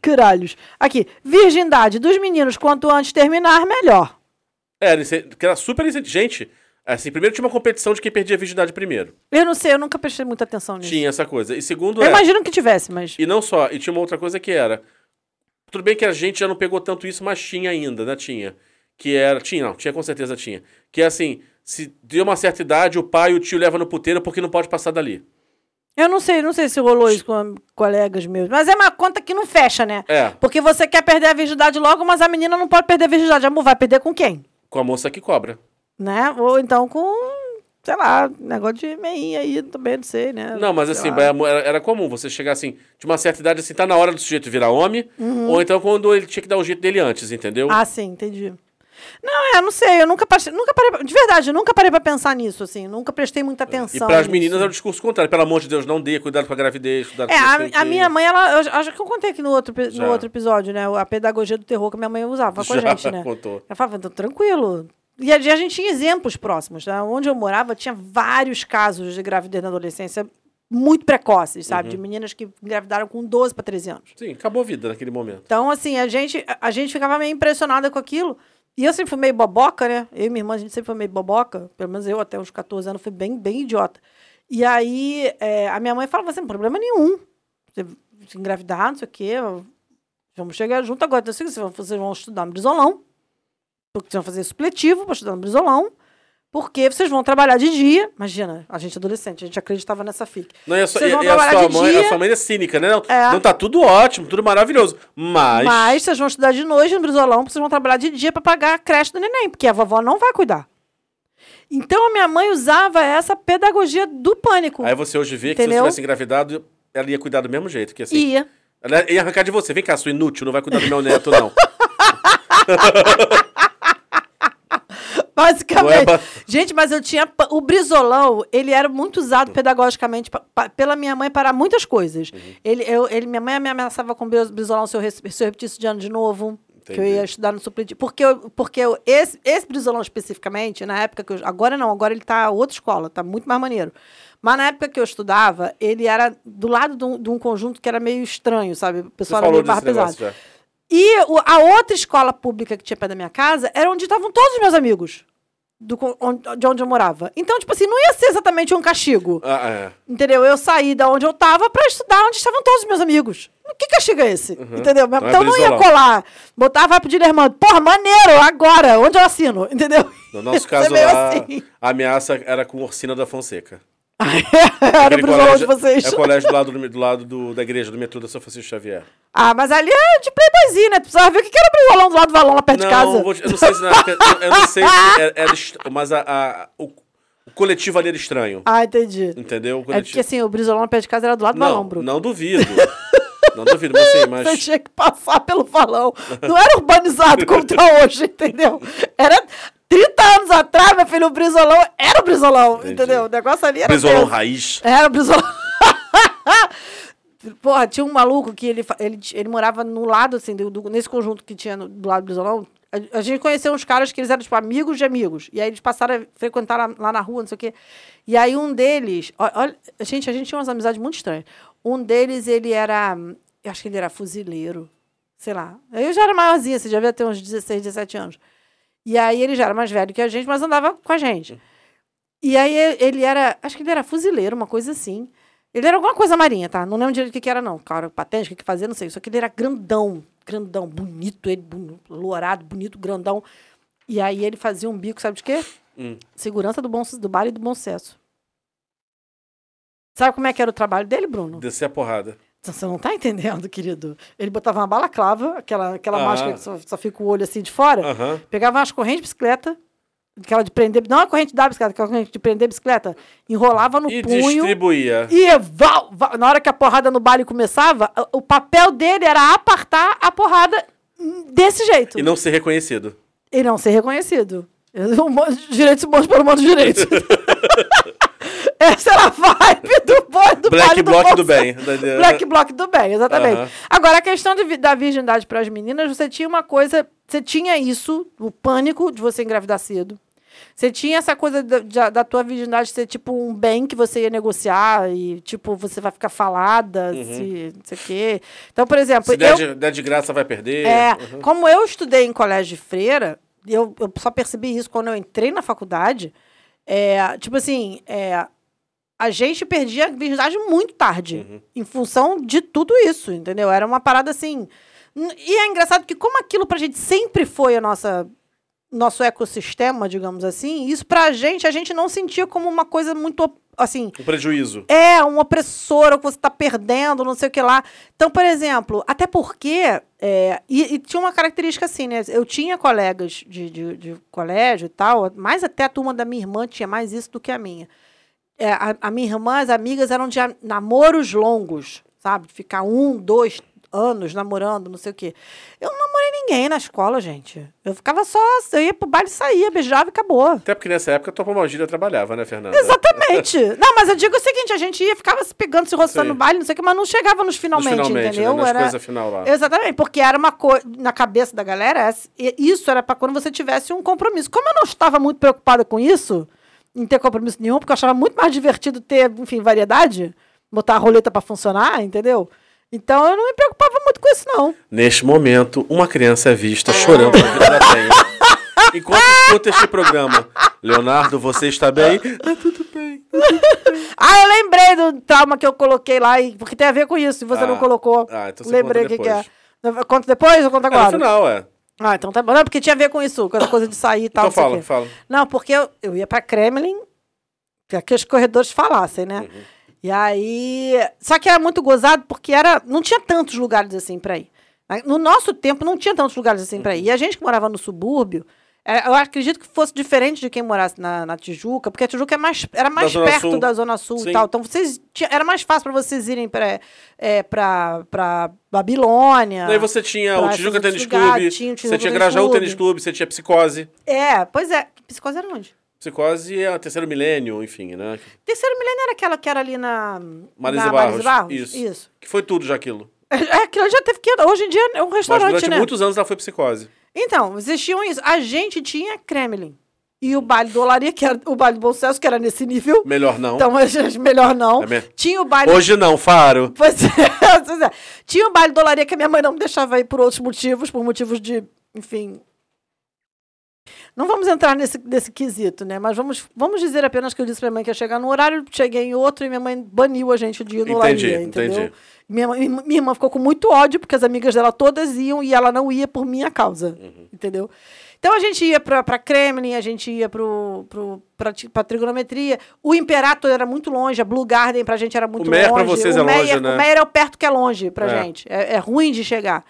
Caralhos. Aqui, virgindade dos meninos, quanto antes terminar, melhor. Era, incen- É, que era super incentivo. Gente, assim, primeiro tinha uma competição de quem perdia a virgindade primeiro. Eu não sei, eu nunca prestei muita atenção nisso. Tinha essa coisa. E segundo Eu é. imagino que tivesse, mas. E não só, e tinha uma outra coisa que era. Tudo bem que a gente já não pegou tanto isso, mas tinha ainda, né? Tinha. Que era. Tinha, não, tinha com certeza tinha. Que é assim: se deu uma certa idade, o pai e o tio levam no puteiro porque não pode passar dali. Eu não sei, não sei se rolou isso com am- colegas meus. Mas é uma conta que não fecha, né? É. Porque você quer perder a virgindade logo, mas a menina não pode perder a virgindade. Amor, vai perder com quem? Com a moça que cobra. Né? Ou então com, sei lá, negócio de meinha aí, também não sei, né? Não, mas Sei assim, lá. era, era comum você chegar assim, de uma certa idade, assim, tá na hora do sujeito virar homem, ou então quando ele tinha que dar o jeito dele antes, entendeu? Uhum. Ah, sim, entendi. Não, é, não sei, eu nunca, passei, nunca parei, pra- de verdade, eu nunca parei pra pensar nisso, assim, nunca prestei muita É, e atenção. para as nisso. meninas era o discurso contrário. Pelo amor de Deus, não dê, cuidado com a gravidez, cuidado É, com não sei o a, a quê. minha mãe, ela, eu acho que eu contei aqui no outro, pe- Já. no outro episódio, né? A pedagogia do terror que minha mãe usava com a Já gente, né? contou. Ela falava, "Tá tranquilo. E a, e a gente tinha exemplos próximos, né? Onde eu morava, tinha vários casos de gravidez na adolescência muito precoces, sabe? Uhum. De meninas que engravidaram com 12 para 13 anos. Sim, acabou a vida naquele momento. Então, assim, a gente, a- a gente ficava meio impressionada com aquilo. E eu sempre fui meio boboca, né? Eu e minha irmã, a gente sempre foi meio boboca. Pelo menos eu, até uns 14 anos, fui bem, bem idiota. E aí, é, a minha mãe falava assim, problema nenhum. Você se engravidar, não sei o quê. Vamos chegar junto agora. Então, assim, vocês vão- vocês vão estudar no Brizolão. Porque vocês vão fazer supletivo para estudar no Brizolão. Porque vocês vão trabalhar de dia. Imagina, a gente é adolescente, a gente acreditava nessa fic. Não, e a sua, Vocês e- vão e a trabalhar sua de mãe, dia. a sua mãe é cínica, né? Não, É. não tá tudo ótimo, tudo maravilhoso. Mas. Mas vocês vão estudar de noite no brizolão, porque vocês vão trabalhar de dia para pagar a creche do neném, porque a vovó não vai cuidar. Então a minha mãe usava essa pedagogia do pânico. Aí você hoje vê que se Entendeu? eu tivesse engravidado, ela ia cuidar do mesmo jeito. Que assim, Ia. Ela ia arrancar de você. Vem cá, sua inútil, não vai cuidar do meu neto, não. Basicamente. Não é ba- Gente, mas eu tinha. pa- O brizolão, ele era muito usado pedagogicamente pa- pa- pela minha mãe para muitas coisas. Uhum. Ele, eu- ele- minha mãe me ameaçava com o briz- brizolão se eu, res- se eu repetisse de ano de novo. Que eu Entendi. ia estudar no supletivo. Porque, eu- porque eu- esse, esse brizolão especificamente, na época que eu. Agora não, agora ele tá outra escola, tá muito mais maneiro. Mas na época que eu estudava, ele era do lado de um, de um conjunto que era meio estranho, sabe? O Você pessoal era falou meio desse barra pesada. negócio já. E o- a outra escola pública que tinha perto da minha casa era onde estavam todos os meus amigos. do con- on- de onde eu morava. Então, tipo assim, não ia ser exatamente um castigo. Ah, é. Entendeu? Eu saí da onde eu tava pra estudar onde estavam todos os meus amigos. Que castigo é esse? Entendeu? Não é então não ia brisolão. colar. Botava vai pedir irmã. Porra, maneiro, agora. Onde eu assino? Entendeu? No nosso Foi caso meio lá, assim. a ameaça era com Orsina da Fonseca. Era o é Aquele brilho de colégio- vocês. É o colégio do lado, do, do lado do- da igreja, do metrô da São Francisco Xavier. Ah, mas ali é de playboyzinho, né? Tu precisava ver o que que era o brilholão do lado do valão lá perto não, É de casa. vou te- eu não sei se na época, eu, eu não sei se era, era est- mas a- a- o, o coletivo ali era estranho. Ah, entendi. Entendeu? O É coletivo. porque assim, o brizolão lá perto de casa era do lado do não, valão, Bruno. não duvido. não duvido, mas assim, Você mas. tinha que passar pelo valão. Não era urbanizado como tá hoje, entendeu? Era 30 anos atrás, meu filho, o Brizolão era o Brizolão, entendeu? O negócio ali era. Brizolão tenso. é um raiz. Era o Brizolão. Porra, tinha um maluco que ele, fa- ele, t- ele morava no lado, assim, do, do- nesse conjunto que tinha no- do lado do Brizolão. A, a gente conheceu uns caras que eles eram, tipo, amigos de amigos. E aí eles passaram a frequentar lá, lá na rua, não sei o quê. E aí um deles... ó- Olha, gente, a gente tinha umas amizades muito estranhas. Um deles, ele era... Eu acho que ele era fuzileiro. Sei lá. Eu já era maiorzinha, assim, já devia ter uns 16, 17 anos. E aí ele já era mais velho que a gente, mas andava com a gente. E aí e- ele era, acho que ele era fuzileiro, uma coisa assim. Ele era alguma coisa marinha, tá? Não lembro direito o que, que era, não. Cara, patente, o que, que fazia, não sei. Só que ele era grandão, grandão, bonito, ele, boni- lourado, bonito, grandão. E aí ele fazia um bico, sabe de quê? Hum. Segurança do, bom, su- do bar e do bom sucesso. Sabe como é que era o trabalho dele, Bruno? Descer a porrada. Você não tá entendendo, querido. Ele botava uma balaclava, aquela, aquela Ah. máscara que só, só fica o olho assim de fora. Aham. Pegava umas correntes de bicicleta, aquela de prender, não a corrente da bicicleta, aquela corrente de prender bicicleta, enrolava no E punho distribuía. e val, val- na hora que a porrada no baile começava, o- o papel dele era apartar a porrada hum, desse jeito. E não ser reconhecido. E não ser reconhecido. Um monte de direitos humanos pelo mundo de direitos. Essa era a vibe do boi do Black baile bloc Bolsa- do bem. Da- da- Black block do bem, exatamente. Aham. Agora, a questão de vi- da virgindade para as meninas, você tinha uma coisa. Você tinha isso, o pânico de você engravidar cedo. Você tinha essa coisa da, de- da tua virgindade ser tipo um bem que você ia negociar e, tipo, você vai ficar falada, se, não sei o quê. Então, por exemplo. Uhum. Se der, eu- de, der de graça, vai perder. é, Uhum. como eu estudei em colégio de freira, eu, eu só percebi isso quando eu entrei na faculdade. é, tipo assim, é, a gente perdia a virgindade muito tarde, em função de tudo isso, entendeu? Era uma parada assim. N- E é engraçado que, como aquilo pra gente sempre foi a nossa nosso ecossistema, digamos assim, isso pra gente, a gente não sentia como uma coisa muito op- assim, Um prejuízo. é um opressor, ou que você tá perdendo, não sei o que lá. Então, por exemplo, até porque. é, e, e tinha uma característica assim, né? Eu tinha colegas de, de, de colégio e tal, mas até a turma da minha irmã tinha mais isso do que a minha. É, a, a minha irmã, as amigas eram de a- namoros longos, sabe? De Ficar um, dois anos namorando, não sei o quê. Eu não namorei ninguém na escola, gente. Eu ficava só, eu ia pro baile, saía, beijava e acabou. Até porque nessa época a tua pomaldina trabalhava, né, Fernanda? Exatamente. Não, mas eu digo o seguinte, a gente ia, ficava se pegando, se roçando Sim. no baile, não sei o que, mas não chegava nos Nos finalmente, finalmente, entendeu? né? Nas Era- coisas final lá. Exatamente, porque era uma coisa, na cabeça da galera, essa- e- isso era pra quando você tivesse um compromisso. Como eu não estava muito preocupada com isso, em ter compromisso nenhum, porque eu achava muito mais divertido ter, enfim, variedade, botar a roleta pra funcionar, entendeu? Então eu não me preocupava muito com isso, não. Neste momento, uma criança é Ah. vista chorando na vida da Penha. Enquanto escuta este programa, Leonardo, você está bem? Ah, tudo bem. Ah, eu lembrei do trauma que eu coloquei lá, e- porque tem a ver com isso, e você Ah, não colocou. ah, então você lembrei o conta que, que é. depois. Eu Conto depois ou conta É no agora? final, é. Ah, então tá bom. Não, porque tinha a ver com isso, com essa coisa de sair e tal. Então Tá, não sei o fala, quê. fala. Não, porque eu, eu ia pra Kremlin, pra que os corredores falassem, né? Uhum. E aí. Só que era muito gozado porque era, não tinha tantos lugares assim pra ir. Ah, No nosso tempo não tinha tantos lugares assim pra ir. E a gente que morava no subúrbio, é, eu acredito que fosse diferente de quem morasse na, na Tijuca, porque a Tijuca é mais, era mais Zona perto Sul. da Zona Sul Sim. e tal. Então vocês tinha- era mais fácil pra vocês irem pra, é, pra, pra Babilônia. Daí você tinha o Ah, Pra Tijuca esses Tênis lugares, Clube, tinha o Tijuca você tinha Tênis Grajaú Clube. Tênis Clube, você tinha Psicose. É, pois é. Psicose era onde? Psicose é o terceiro milênio, enfim, né? Terceiro milênio era aquela que era ali na. Marisa na Barros. Marisa Ah, Barros? Isso. Isso. Que foi tudo já aquilo. É, aquilo ali já teve que. Hoje em dia é um Mas restaurante, durante né? muitos anos ela foi Psicose. Então, existiam isso. A gente tinha Kremlin. E o baile do Olaria, que era o baile do Bolsesso, que era nesse nível. Melhor não. Então, a gente- melhor não. É mesmo? tinha o baile. Hoje não, Faro. Pois é, pois é. Tinha o baile do Olaria que a minha mãe não me deixava ir por outros motivos, por motivos de. Enfim. Não vamos entrar nesse, nesse quesito, né? Mas vamos, vamos dizer apenas que eu disse pra minha mãe que ia chegar num horário, cheguei em outro e minha mãe baniu a gente de ir no Olaria, Entendi, entendeu? entendi. Minha, mãe- minha, minha irmã ficou com muito ódio, porque as amigas dela todas iam e ela não ia por minha causa, Uhum. entendeu? Então a gente ia pra, pra Kremlin, a gente ia pro, pro, pra, ti- pra trigonometria. O Imperator era muito longe, a Blue Garden pra gente era muito Meyer longe. pra vocês é longe, Meyer- né? O Meyer era o perto que é longe pra É. gente. É, é ruim de chegar.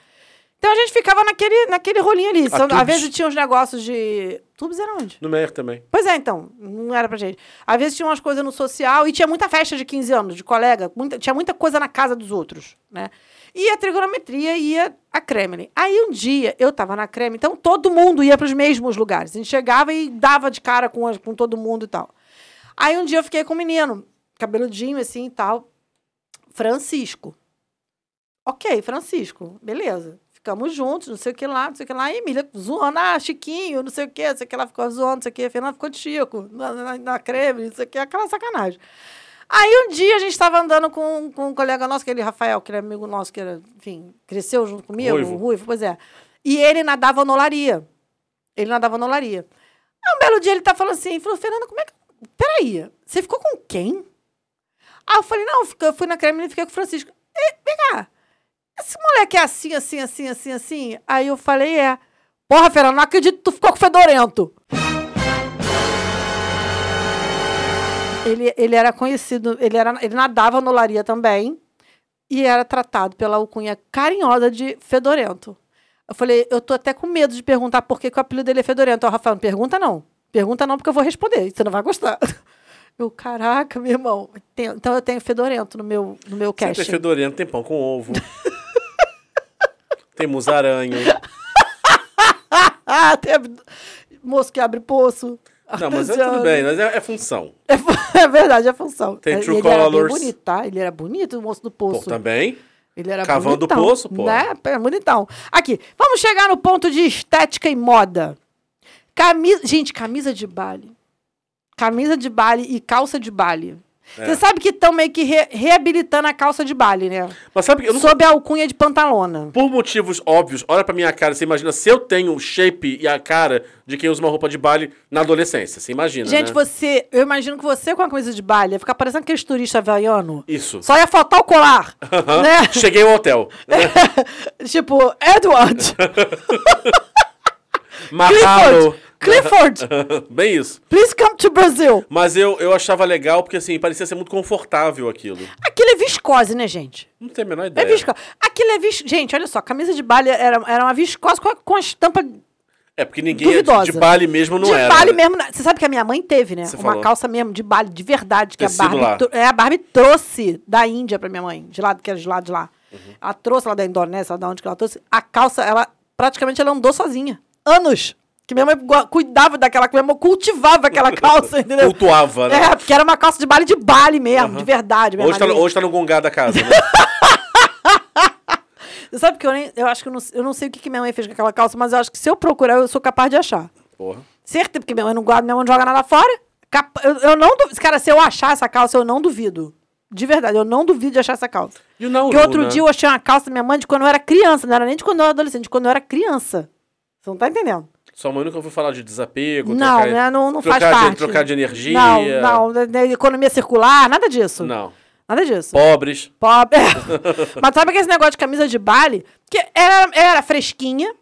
Então a gente ficava naquele, naquele rolinho ali. São- Tubes. às vezes tinha uns negócios de. Tubos era onde? No Meyer também. Pois é, então, não era pra gente. Às vezes tinha umas coisas no social e tinha muita festa de 15 anos, de colega, muita- tinha muita coisa na casa dos outros, né? E a trigonometria ia a Kremlin. Aí um dia eu tava na Kremlin, então todo mundo ia pros mesmos lugares. A gente chegava e dava de cara com, as- com todo mundo e tal. Aí um dia eu fiquei com um menino, cabeludinho assim e tal, Francisco. Ok, Francisco, beleza. Ficamos juntos, não sei o que lá, não sei o que lá. E Emília zoando, ah, Chiquinho, não sei o que, não sei o que lá, ficou zoando, não sei o que. Fernando ficou de Chico, na, na, na creme, não sei o que, aquela sacanagem. Aí um dia a gente estava andando com, com um colega nosso, aquele Rafael, que era amigo nosso, que era, enfim, cresceu junto comigo, Ruivo. o Ruivo, pois é. E ele nadava no olaria. Ele nadava no olaria. Aí um belo dia ele tá falando assim, ele falou, Fernanda, como é que... Peraí, você ficou com quem? Aí eu falei, não, fica- eu fui na Kremlin e fiquei com o Francisco. E, vem cá, esse moleque é assim, assim, assim, assim, assim? Aí eu falei, é. Porra, Fernando, não acredito que tu ficou com o Fedorento. Ele, ele era conhecido, ele, era, ele nadava no Laria também e era tratado pela alcunha carinhosa de Fedorento. Eu falei, eu tô até com medo de perguntar por que, que o apelido dele é Fedorento. Ó, Rafael, não pergunta não. Pergunta não, porque eu vou responder. e Você não vai gostar. Eu, caraca, meu irmão. Tem- Então eu tenho Fedorento no meu, no meu Tem cast. peixe fedorento, tem pão com ovo. tem musaranho. Ah, tem ab- moço que abre poço. Não, mas é artesiano. tudo bem, mas é, é função. É, fu- é verdade, é função. Tem É, true ele era bem colors. bonito, tá? Ele era bonito, o moço do Pô, poço. também. Ele era Cavando o bonitão, poço, pô. Né? É bonitão. Aqui, vamos chegar no ponto de estética e moda. Camisa... Gente, camisa de baile. Camisa de baile e calça de baile. É. Você sabe que estão meio que re- reabilitando a calça de baile, né? Mas sabe que eu não Sob a alcunha de pantalona. Por motivos óbvios, olha pra minha cara, você imagina se eu tenho o shape e a cara de quem usa uma roupa de baile na adolescência. Você imagina, Gente, né? você. Eu imagino que você com a camisa de baile ia ficar parecendo aqueles turistas havaiano. Isso. Só ia faltar o colar. Aham. né? Cheguei ao hotel. Né? tipo, Edward, Mahalo. Clifford, Clifford, Bem isso. please come to Brazil. Mas eu, eu achava legal porque, assim, parecia ser muito confortável aquilo. Aquilo é viscose, né, gente? Não tem a menor É, ideia. viscose. Aquilo é viscose. Gente, olha só, camisa de baile era, era uma viscose com a, com a estampa É, porque ninguém é de, Duvidosa. de baile mesmo não de era. baile né? mesmo. Você sabe que a minha mãe teve, né? Você uma falou. calça mesmo de baile, de verdade, que a Tecido lá. Barbie, tro- é, a Barbie trouxe da Índia pra minha mãe, de lá, que era de lá de lá. Uhum. Ela trouxe lá da Indonésia, lá da onde que ela trouxe. A calça, ela praticamente ela andou sozinha. Anos. Que minha mãe gua- cuidava daquela, que minha mãe cultivava aquela calça, entendeu? Cultuava, né? É, porque era uma calça de baile de baile mesmo, de verdade. Minha Hoje tá, mãe- no- hoje tá no gongá da casa, né? Sabe que eu nem. Eu acho que eu não, eu não sei o que, que minha mãe fez com aquela calça, mas eu acho que se eu procurar, eu sou capaz de achar. Porra. Certeza, porque minha mãe não guarda, minha mãe não joga nada fora. Cap- Eu, eu não duvido. Cara, se eu achar essa calça, eu não duvido. De verdade, eu não duvido de achar essa calça. E o Nauru, Porque outro né? dia eu achei uma calça da minha mãe de quando eu era criança. Não era nem de quando eu era adolescente, de quando eu era criança. Você não tá entendendo? Sua mãe nunca ouviu falar de desapego, não, trocar, né? Não, não trocar faz parte. De, trocar de energia. Não, não. da- da Economia circular, nada disso. Não. Nada disso. Pobres. Pobre. Mas sabe que esse negócio de camisa de baile, que era, era fresquinha,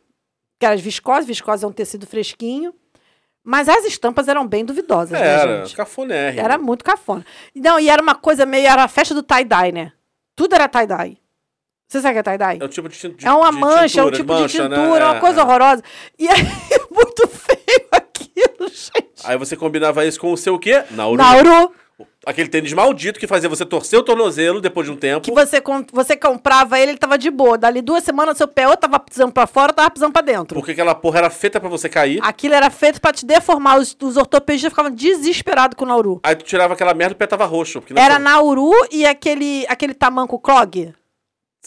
que era viscose, viscose é um tecido fresquinho, mas as estampas eram bem duvidosas, né, Era, gente? cafonérrimo. Era muito cafona. Não, e era uma coisa meio, era a festa do tie-dye, né? Tudo era tie-dye. Você sabe o que é tie-dye? É o tipo de tin- de- É uma de mancha, é um tintura, tipo de mancha, né? tintura, É, uma coisa é. horrorosa. E aí, muito feio aquilo, gente. Aí você combinava isso com o seu o quê? Nauru. Nauru, Aquele tênis maldito que fazia você torcer o tornozelo depois de um tempo. que você, com- você comprava ele, ele tava de boa. Dali duas semanas, seu pé ou tava pisando pra fora, ou tava pisando pra dentro. Porque aquela porra era feita pra você cair. Aquilo era feito pra te deformar. Os, os ortopedistas ficavam desesperados com o Nauru. Aí tu tirava aquela merda e o pé tava roxo. Porque não Era Nauru e aquele, aquele tamanco clog.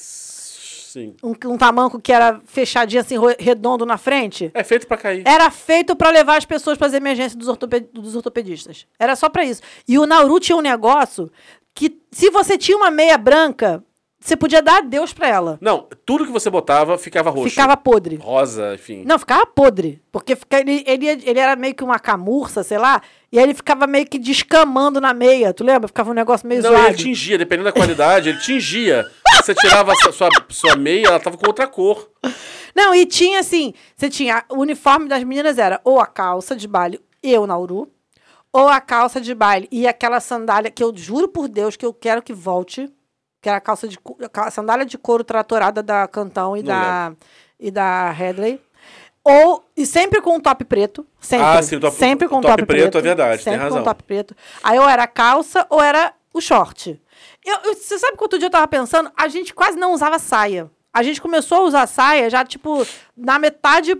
Sim. Um, um tamanco que era fechadinho, assim, ro- redondo na frente. É feito pra cair. Era feito pra levar as pessoas pras emergências dos, ortope- dos ortopedistas. Era só pra isso. E o Nauru tinha um negócio que, se você tinha uma meia branca, você podia dar adeus pra ela. Não, tudo que você botava ficava roxo. Ficava podre. rosa, enfim. Não, ficava podre. Porque fica- ele, ele, ia- ele era meio que uma camurça, sei lá. E aí ele ficava meio que descamando na meia. Tu lembra? Ficava um negócio meio Não, zoado. ele tingia, dependendo da qualidade, ele tingia. Você tirava a sua, sua, sua meia, ela tava com outra cor. Não, e tinha assim: você tinha. O uniforme das meninas era ou a calça de baile, eu, Nauru, ou a calça de baile e aquela sandália que eu juro por Deus que eu quero que volte. Que era a calça de co- a sandália de couro tratorada da Cantão e Não da, e da Hadley. Ou, e sempre com um top preto. Sempre. Ah, sim, o top- sempre com o um top top, preto, é verdade, tem Sempre com razão. um top preto. Aí ou era a calça ou era o short. Eu, eu- você sabe que outro dia eu tava pensando, a gente quase não usava saia. A gente começou a usar saia já, tipo, na metade.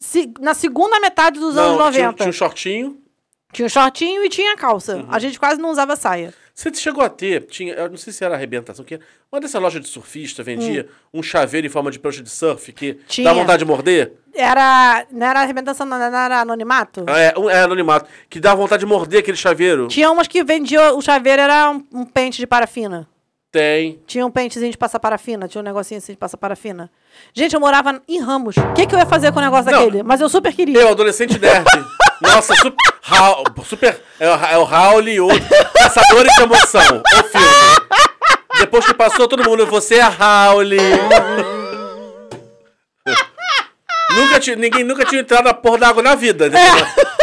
se- na segunda metade dos anos Não, 90. tinha, Uhum. um- tinha um shortinho, Tinha o shortinho e tinha a calça. A gente quase não usava saia. Você chegou a ter, tinha, eu não sei se era arrebentação, que era, uma dessa loja de surfista vendia um chaveiro em forma de prancha de surf que dá Tinha. vontade de morder? Era. Não era arrebentação, não não era anonimato? É, um- é anonimato. Que dá vontade de morder aquele chaveiro? Tinha umas que vendiam. O chaveiro era um, um pente de parafina. Tem. Tinha um pentezinho de passar parafina, tinha um negocinho assim de passar parafina. Gente, eu morava em Ramos. O que, que eu ia fazer com o negócio Não. daquele? Mas eu super queria. Eu, adolescente nerd. Nossa, su Raul- super. É o, é o Raul e o Caçadores de Emoção. O filme. Depois que passou todo mundo, você é Raul. Nunca tinha, ninguém nunca tinha entrado na porra da água na vida. né?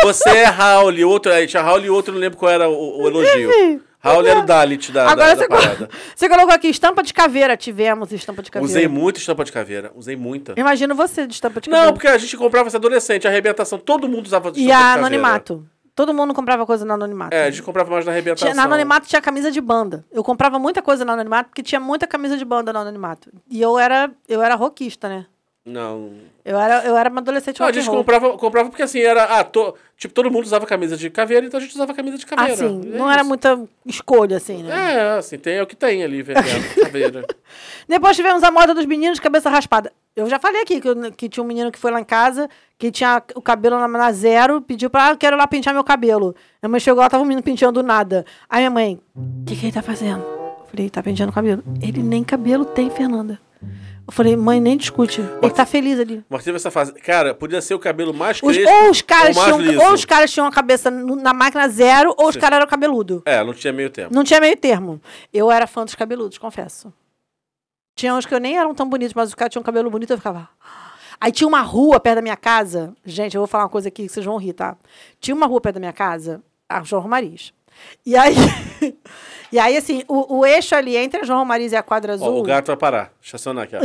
Você é Raul, e outro. Aí tinha Raul e outro, não lembro qual era o, o elogio. Raul era o Dalit da, da- Agora da você, parada. colo- você colocou aqui estampa de caveira. Tivemos estampa de caveira. Usei muito estampa de caveira. Usei muita. Imagino você de estampa de caveira. Não, porque a gente comprava essa adolescente, a arrebentação. Todo mundo usava estampa de E a caveira. anonimato. Todo mundo comprava coisa no anonimato. É, a gente comprava mais na arrebentação. Tinha- na anonimato tinha camisa de banda. Eu comprava muita coisa no anonimato porque tinha muita camisa de banda no anonimato. E eu era, eu era roquista, né? Não. Eu era, eu era uma adolescente Não, a rock and gente roll. comprava, comprava porque assim, era. Ah, to- tipo, todo mundo usava camisa de caveira, então a gente usava camisa de caveira. Assim, É não era isso. muita escolha, assim, né? É, assim, tem, é o que tem ali, velho. caveira. Depois tivemos a moda dos meninos de cabeça raspada. Eu já falei aqui que, eu- que tinha um menino que foi lá em casa, que tinha o cabelo na, na zero, pediu pra, ah, eu quero lá pentear meu cabelo. Minha mãe chegou lá, tava um menino penteando nada. Aí minha mãe, o que que ele tá fazendo? Eu falei, tá penteando o cabelo. Ele nem cabelo tem, Fernanda. Eu falei, mãe, nem discute. Ele tá feliz ali. Mas teve essa fase. Cara, podia ser o cabelo mais Os- crespo ou, os caras ou mais liso. tinham, ou os caras tinham a cabeça no- na máquina zero, ou os caras eram cabeludo. É, não tinha meio tempo. Não tinha meio termo. Eu era fã dos cabeludos, confesso. Tinha uns que eu nem eram tão bonitos, mas os caras tinham um cabelo bonito, eu ficava. "Ah." Aí tinha uma rua perto da minha casa. Gente, eu vou falar uma coisa aqui que vocês vão rir, tá? Tinha uma rua perto da minha casa, a João Romariz. E aí. e aí, assim, o, o eixo ali entre a João Romariz e a Quadra Azul. Ó, o gato vai parar. Estacionar aqui, ó.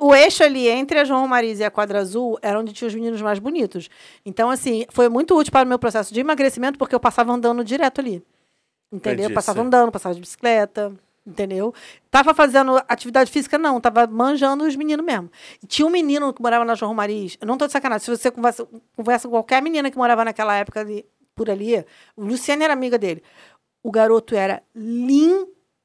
O, o eixo ali entre a João Romariz e a Quadra Azul era onde tinha os meninos mais bonitos. Então, assim, foi muito útil para o meu processo de emagrecimento, porque eu passava andando direto ali. Entendeu? Entendi, Eu passava sim. andando, passava de bicicleta, entendeu? Tava fazendo atividade física, não. Tava manjando os meninos mesmo. E tinha um menino que morava na João Romariz. Eu não tô de sacanagem. Se você conversa, conversa com qualquer menina que morava naquela época ali, por ali, o Luciano era amiga dele. O garoto era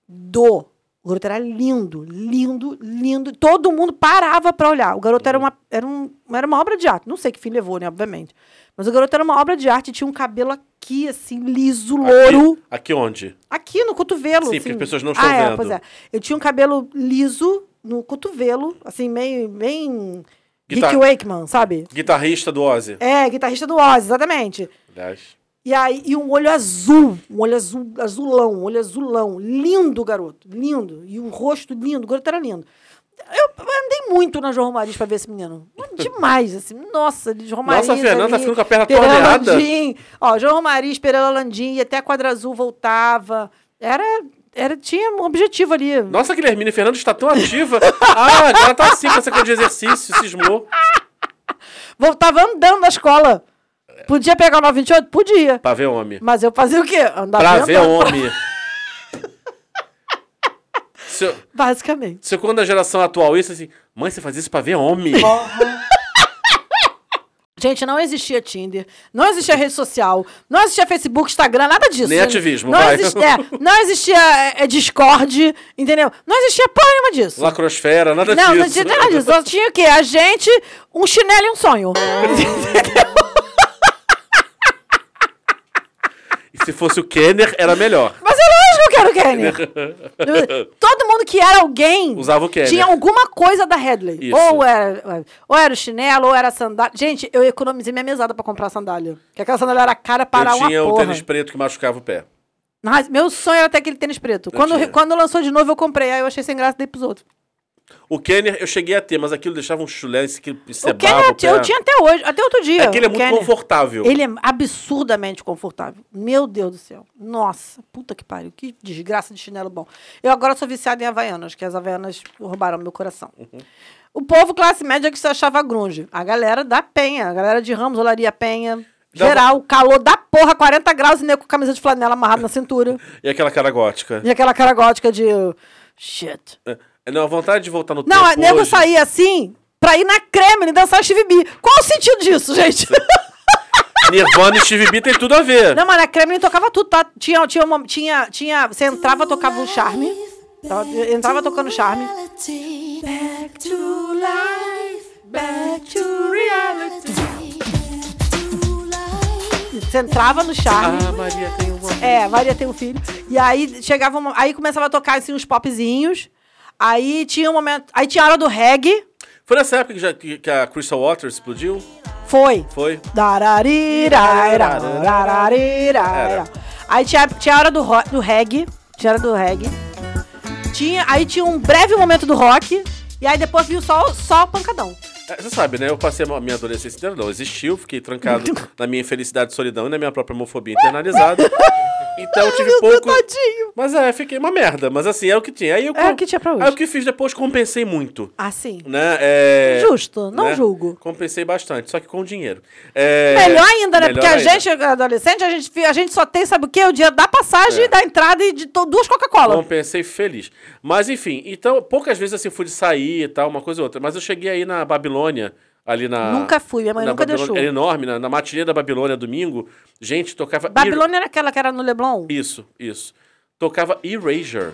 lindo. O garoto era lindo, lindo, lindo. Todo mundo parava pra olhar. O garoto era uma, era, um, era uma obra de arte. Não sei que fim levou, né? Obviamente. Mas o garoto era uma obra de arte. Tinha um cabelo aqui, assim, liso, louro. Aqui, aqui onde? Aqui no cotovelo. Sim, assim. porque as pessoas não estão ah, É, vendo. pois é. Eu tinha um cabelo liso no cotovelo, assim, meio. bem. Guitar- Rick Wakeman, sabe? Guitarrista do Ozzy. É, guitarrista do Oz, exatamente. Aliás. E aí, e um olho azul, um olho azul, azulão, um olho azulão. Lindo, garoto, lindo. E um rosto lindo, o garoto era lindo. Eu andei muito na João Romariz pra ver esse menino. Demais, assim. Nossa, de João Romariz. Nossa, a Fernanda ali, tá ficando com a perna Pereira torneada. Landim. Ó, João Romariz, Pereira Landim, e até a Quadra Azul voltava. Era, era, tinha um objetivo ali. Nossa, Guilhermina Fernando está tão ativa. ah, agora tá assim com essa coisa de exercício, cismou. Voltava andando da escola. Podia pegar o 928? Podia. Pra ver homem. Mas eu fazia o quê? Andava Pra andando, ver homem. se, eu, Basicamente. se eu quando a geração atual isso, assim, mãe, você faz isso pra ver homem? Gente, não existia Tinder, não existia rede social, não existia Facebook, Instagram, nada disso. Nem ativismo, não vai. existia, é, não existia é, é, Discord, entendeu? Não existia porra nenhuma disso. Lacrosfera, nada não, não disso. tinha nada disso. Só tinha o quê? A gente, um chinelo e um sonho. E se fosse o Kenner, era melhor. Mas é lógico que era o Kenner. Todo mundo que era alguém Usava o Kenner. tinha alguma coisa da Headley. Isso. Ou era, ou era o chinelo, ou era a sandália. Gente, eu economizei minha mesada pra comprar a sandália. Porque aquela sandália era cara para eu uma tinha um porra. tênis preto que machucava o pé. Mas meu sonho era ter aquele tênis preto. tinha. Quando, quando lançou de novo, eu comprei. Aí eu achei sem graça e dei pros outros. O Kenner eu cheguei a ter, mas aquilo deixava um chulé, isso que o Kenner sebava o pé. eu tinha até hoje, até outro dia. Aquele é o muito Kenner. confortável. Ele é absurdamente confortável. Meu Deus do céu. Nossa, puta que pariu. Que desgraça de chinelo bom. Eu agora sou viciada em Havaianas, que as Havaianas roubaram meu coração. Uhum. O povo classe média que se achava grunge. A galera da Penha, a galera de Ramos, Olaria Penha. Da- Geral, calor da porra, 40 graus e nego com camisa de flanela amarrada na cintura. E aquela cara gótica. E aquela cara gótica de. Shit. É, Não, a vontade de voltar no Não, a tempo nego hoje, saía assim pra ir na Kremlin dançar Steve B. Qual o sentido disso, gente? Nirvana e Steve B tem tudo a ver. Não, mas na Kremlin tocava tudo, tá? Tinha, tinha, uma- tinha, tinha, você entrava, tocava um charme. Tava- entrava tocando charme. Back to life, back to reality. Você entrava no charme. Ah, Maria tem uma... É, Maria tem um filho. E aí chegava uma, aí começava a tocar assim uns popzinhos. Aí tinha um momento, aí tinha a hora do reggae. Foi nessa época que, já, que, que a Crystal Waters explodiu? Foi. Foi? Dararirairararariraira. Aí tinha, tinha a hora do, ro- do reggae. Tinha a hora do reggae. Tinha, aí tinha um breve momento do rock. E aí depois viu só, só o pancadão. É, você sabe, né? Eu passei a minha adolescência inteira, não existiu, fiquei trancado na minha infelicidade, solidão e na minha própria homofobia internalizada. Então eu tive Meu pouco. tadinho. Mas é, fiquei uma merda. Mas assim, é o que tinha. Aí eu É o com- que tinha pra hoje. Aí o que fiz depois, compensei muito. Ah, sim. Né? É, Justo, não julgo. Compensei bastante, só que com dinheiro. É, Melhor ainda, né? melhor Porque a ainda. gente, adolescente, a gente, fi- a gente só tem, sabe o quê? O dia da É. passagem, da entrada e de to- duas Coca-Cola. Compensei Então, feliz. Mas enfim, então, poucas vezes assim fui de sair e tal, uma coisa ou outra. Mas eu cheguei aí na Babilônia, ali na. Nunca fui, minha mãe na nunca Babilônia- deixou. Era enorme, na, na matinê da Babilônia, domingo, gente tocava. Babilônia era aquela que era no Leblon? um. Er- Isso, isso. Tocava Erasure.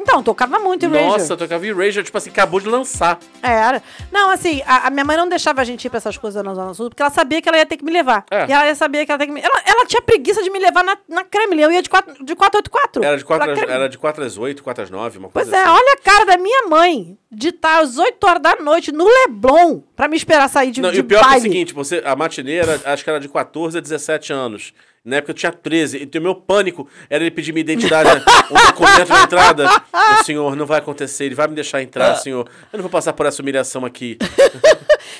Então, tocava muito Erasure. Nossa, tocava Erasure, tipo assim, acabou de lançar. É, era. Não, assim, a, a minha mãe não deixava a gente ir pra essas coisas na Zona Sul, porque ela sabia que ela ia ter que me levar. É. E ela ia saber que ela tem que me. Ela, ela tinha preguiça de me levar na, na Kremlin. Eu ia de 4, de 484. Era de pra 4 às, Kremlin. era de quatro às 8, 4 às 9, uma coisa Pois é, assim. olha a cara da minha mãe de estar às 8 horas da noite no Leblon pra me esperar sair de, Não, de e o pior é que é o baile. seguinte, você, a matinê era, acho que era de 14 a 17 anos. Na época eu tinha 13. Então o meu pânico era ele pedir minha identidade, né? um documento na entrada. O senhor, não vai acontecer, ele vai me deixar Ah. entrar, senhor. Eu não vou passar por essa humilhação aqui.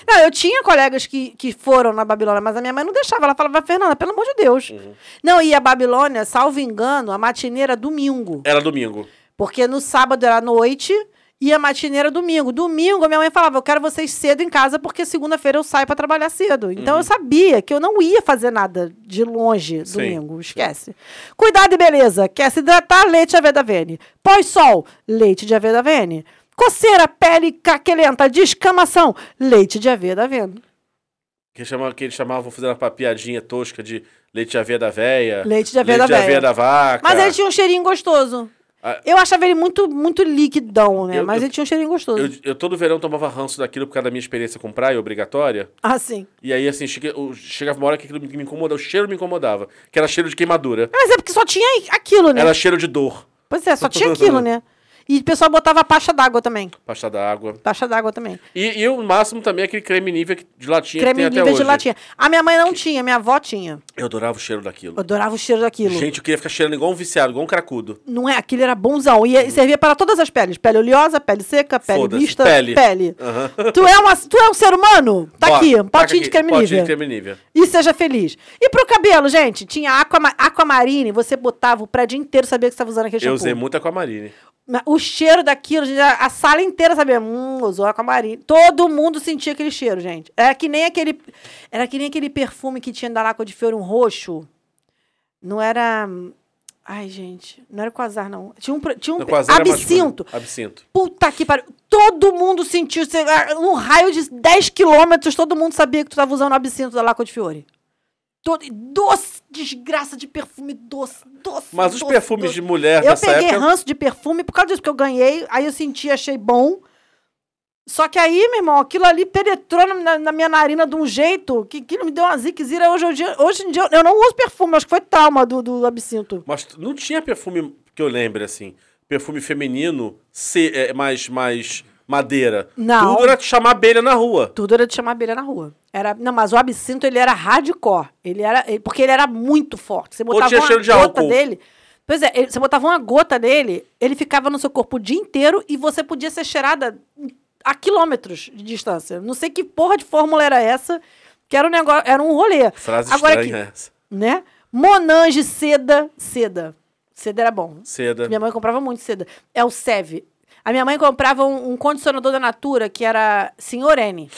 Não, eu tinha colegas que, que foram na Babilônia, mas a minha mãe não deixava. Ela falava, Fernanda, pelo amor de Deus. Uhum. Não, e a Babilônia, salvo engano, a matineira é domingo. Era domingo. Porque no sábado era à noite e a matineira domingo. Domingo, a minha mãe falava, eu quero vocês cedo em casa, porque segunda-feira eu saio pra trabalhar cedo. Então eu sabia que eu não ia fazer nada de longe Uhum. Sim, domingo. Esquece. Cuidado e beleza. Quer se hidratar? Leite de avedavene. Pós-sol? Leite de avedavene. Coceira, pele caquelenta, descamação, leite de avedavene. Que, chama, que eles chamavam, fazendo uma piadinha tosca de leite de aveia da véia. Leite de aveia da Leite de véia. aveia da vaca. Mas ele tinha um cheirinho gostoso. Ah. Eu achava ele muito, muito liquidão, né? Eu- Mas eu- ele tinha um cheirinho gostoso. eu, eu todo verão tomava ranço daquilo por causa da minha experiência com praia obrigatória. Assim. E aí, assim, cheguei- eu- chegava uma hora que aquilo me me incomodava, o cheiro me incomodava. Que era cheiro de queimadura. Mas é porque só tinha aquilo, né? Era cheiro de dor. Pois é, só tinha aquilo, né? E o pessoal botava pasta d'água também. Pasta d'água. Pasta d'água também. E, e o máximo também é aquele creme nível que- de latinha Creme que tem até nível hoje. de latinha. A minha mãe não tinha, minha avó tinha. Eu adorava o cheiro Eu daquilo. adorava o cheiro daquilo. Gente, eu queria ficar cheirando igual um viciado, igual um cracudo. Não é? Aquilo era bonzão. E e servia para todas as peles. Pele oleosa, pele seca, pele Uhum. Foda-se, mista, pele. pele. Aham. Tu, é uma, tu é um ser humano? Tá Ó, aqui, um taca potinho de aqui, creme Potinho nível. de creme nível. E seja feliz. E pro cabelo, gente, tinha aquama, aquamarine, você botava o prédio inteiro, sabia que você tava usando aquele Eu shampoo. usei muito aquamarine. Mas O cheiro daquilo, gente, a a sala inteira sabia. Hum, usou aquamarine. Todo mundo sentia aquele cheiro, gente. Era que nem aquele, era que nem aquele perfume que tinha da Laco de Fiore, um roxo. Não era... Ai, gente, não era quasar, não. Tinha um, pre- tinha um Não, pre- quase era absinto. masculino. é Absinto. Puta que pariu. Todo mundo sentiu. cê- ah, Num raio de 10 quilômetros, todo mundo sabia que tu tava usando o absinto da Laco de Fiore. Todo, doce, desgraça de perfume doce, doce. Mas os doce, perfumes doce. de mulher Eu nessa peguei época. ranço de perfume por causa disso que eu ganhei, aí eu senti, achei bom. Só que aí, meu irmão, aquilo ali penetrou na, na- na minha narina de um jeito que aquilo me deu uma ziquezira. Hoje, em dia- hoje em dia eu não uso perfume, acho que foi trauma do, do absinto. Mas tu- não tinha perfume que eu lembre, assim. Perfume feminino, se, é, mais, mais madeira. Não. Tudo era te chamar abelha na rua. Tudo era de chamar abelha na rua. Era, não, mas o absinto ele era hardcore. Ele era, ele- porque ele era muito forte. Você botava tinha uma cheiro de gota álcool. dele. Pois é, ele- você botava uma gota nele, ele ficava no seu corpo o dia inteiro e você podia ser cheirada a quilômetros de distância. Não sei que porra de fórmula era essa, que era um negócio, era um rolê. Frase Agora estranha aqui, essa. né? Monange seda, seda. Seda era bom. Seda. Minha mãe comprava muito seda. É o Seve. A minha mãe comprava um, um condicionador da Natura que era Senhor N.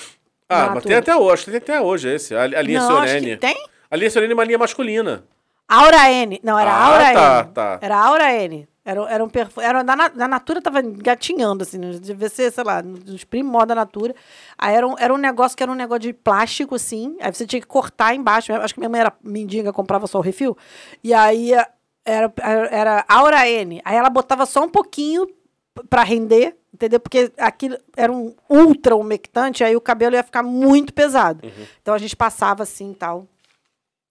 Ah, da mas Natura. tem até hoje, acho que tem até hoje esse. A, a linha Não, acho Sorene. que tem. A linha Sorene é uma linha masculina. Aura N. Não, era Ah, Aura tá, N. tá. Era Aura N. Era, era um perfume. Era da, Na- da Natura tava gatinhando, assim. né? Devia ser, sei lá, nos primó da Natura. Aí era um, era um negócio que era um negócio de plástico, assim. Aí você tinha que cortar embaixo. Eu Acho que minha mãe era mendiga, comprava só o refil. E aí a- era, era Aura N. Aí ela botava só um pouquinho p- pra render, entendeu? Porque aquilo era um ultra umectante, aí o cabelo ia ficar muito pesado. Uhum. Então a gente passava assim e tal.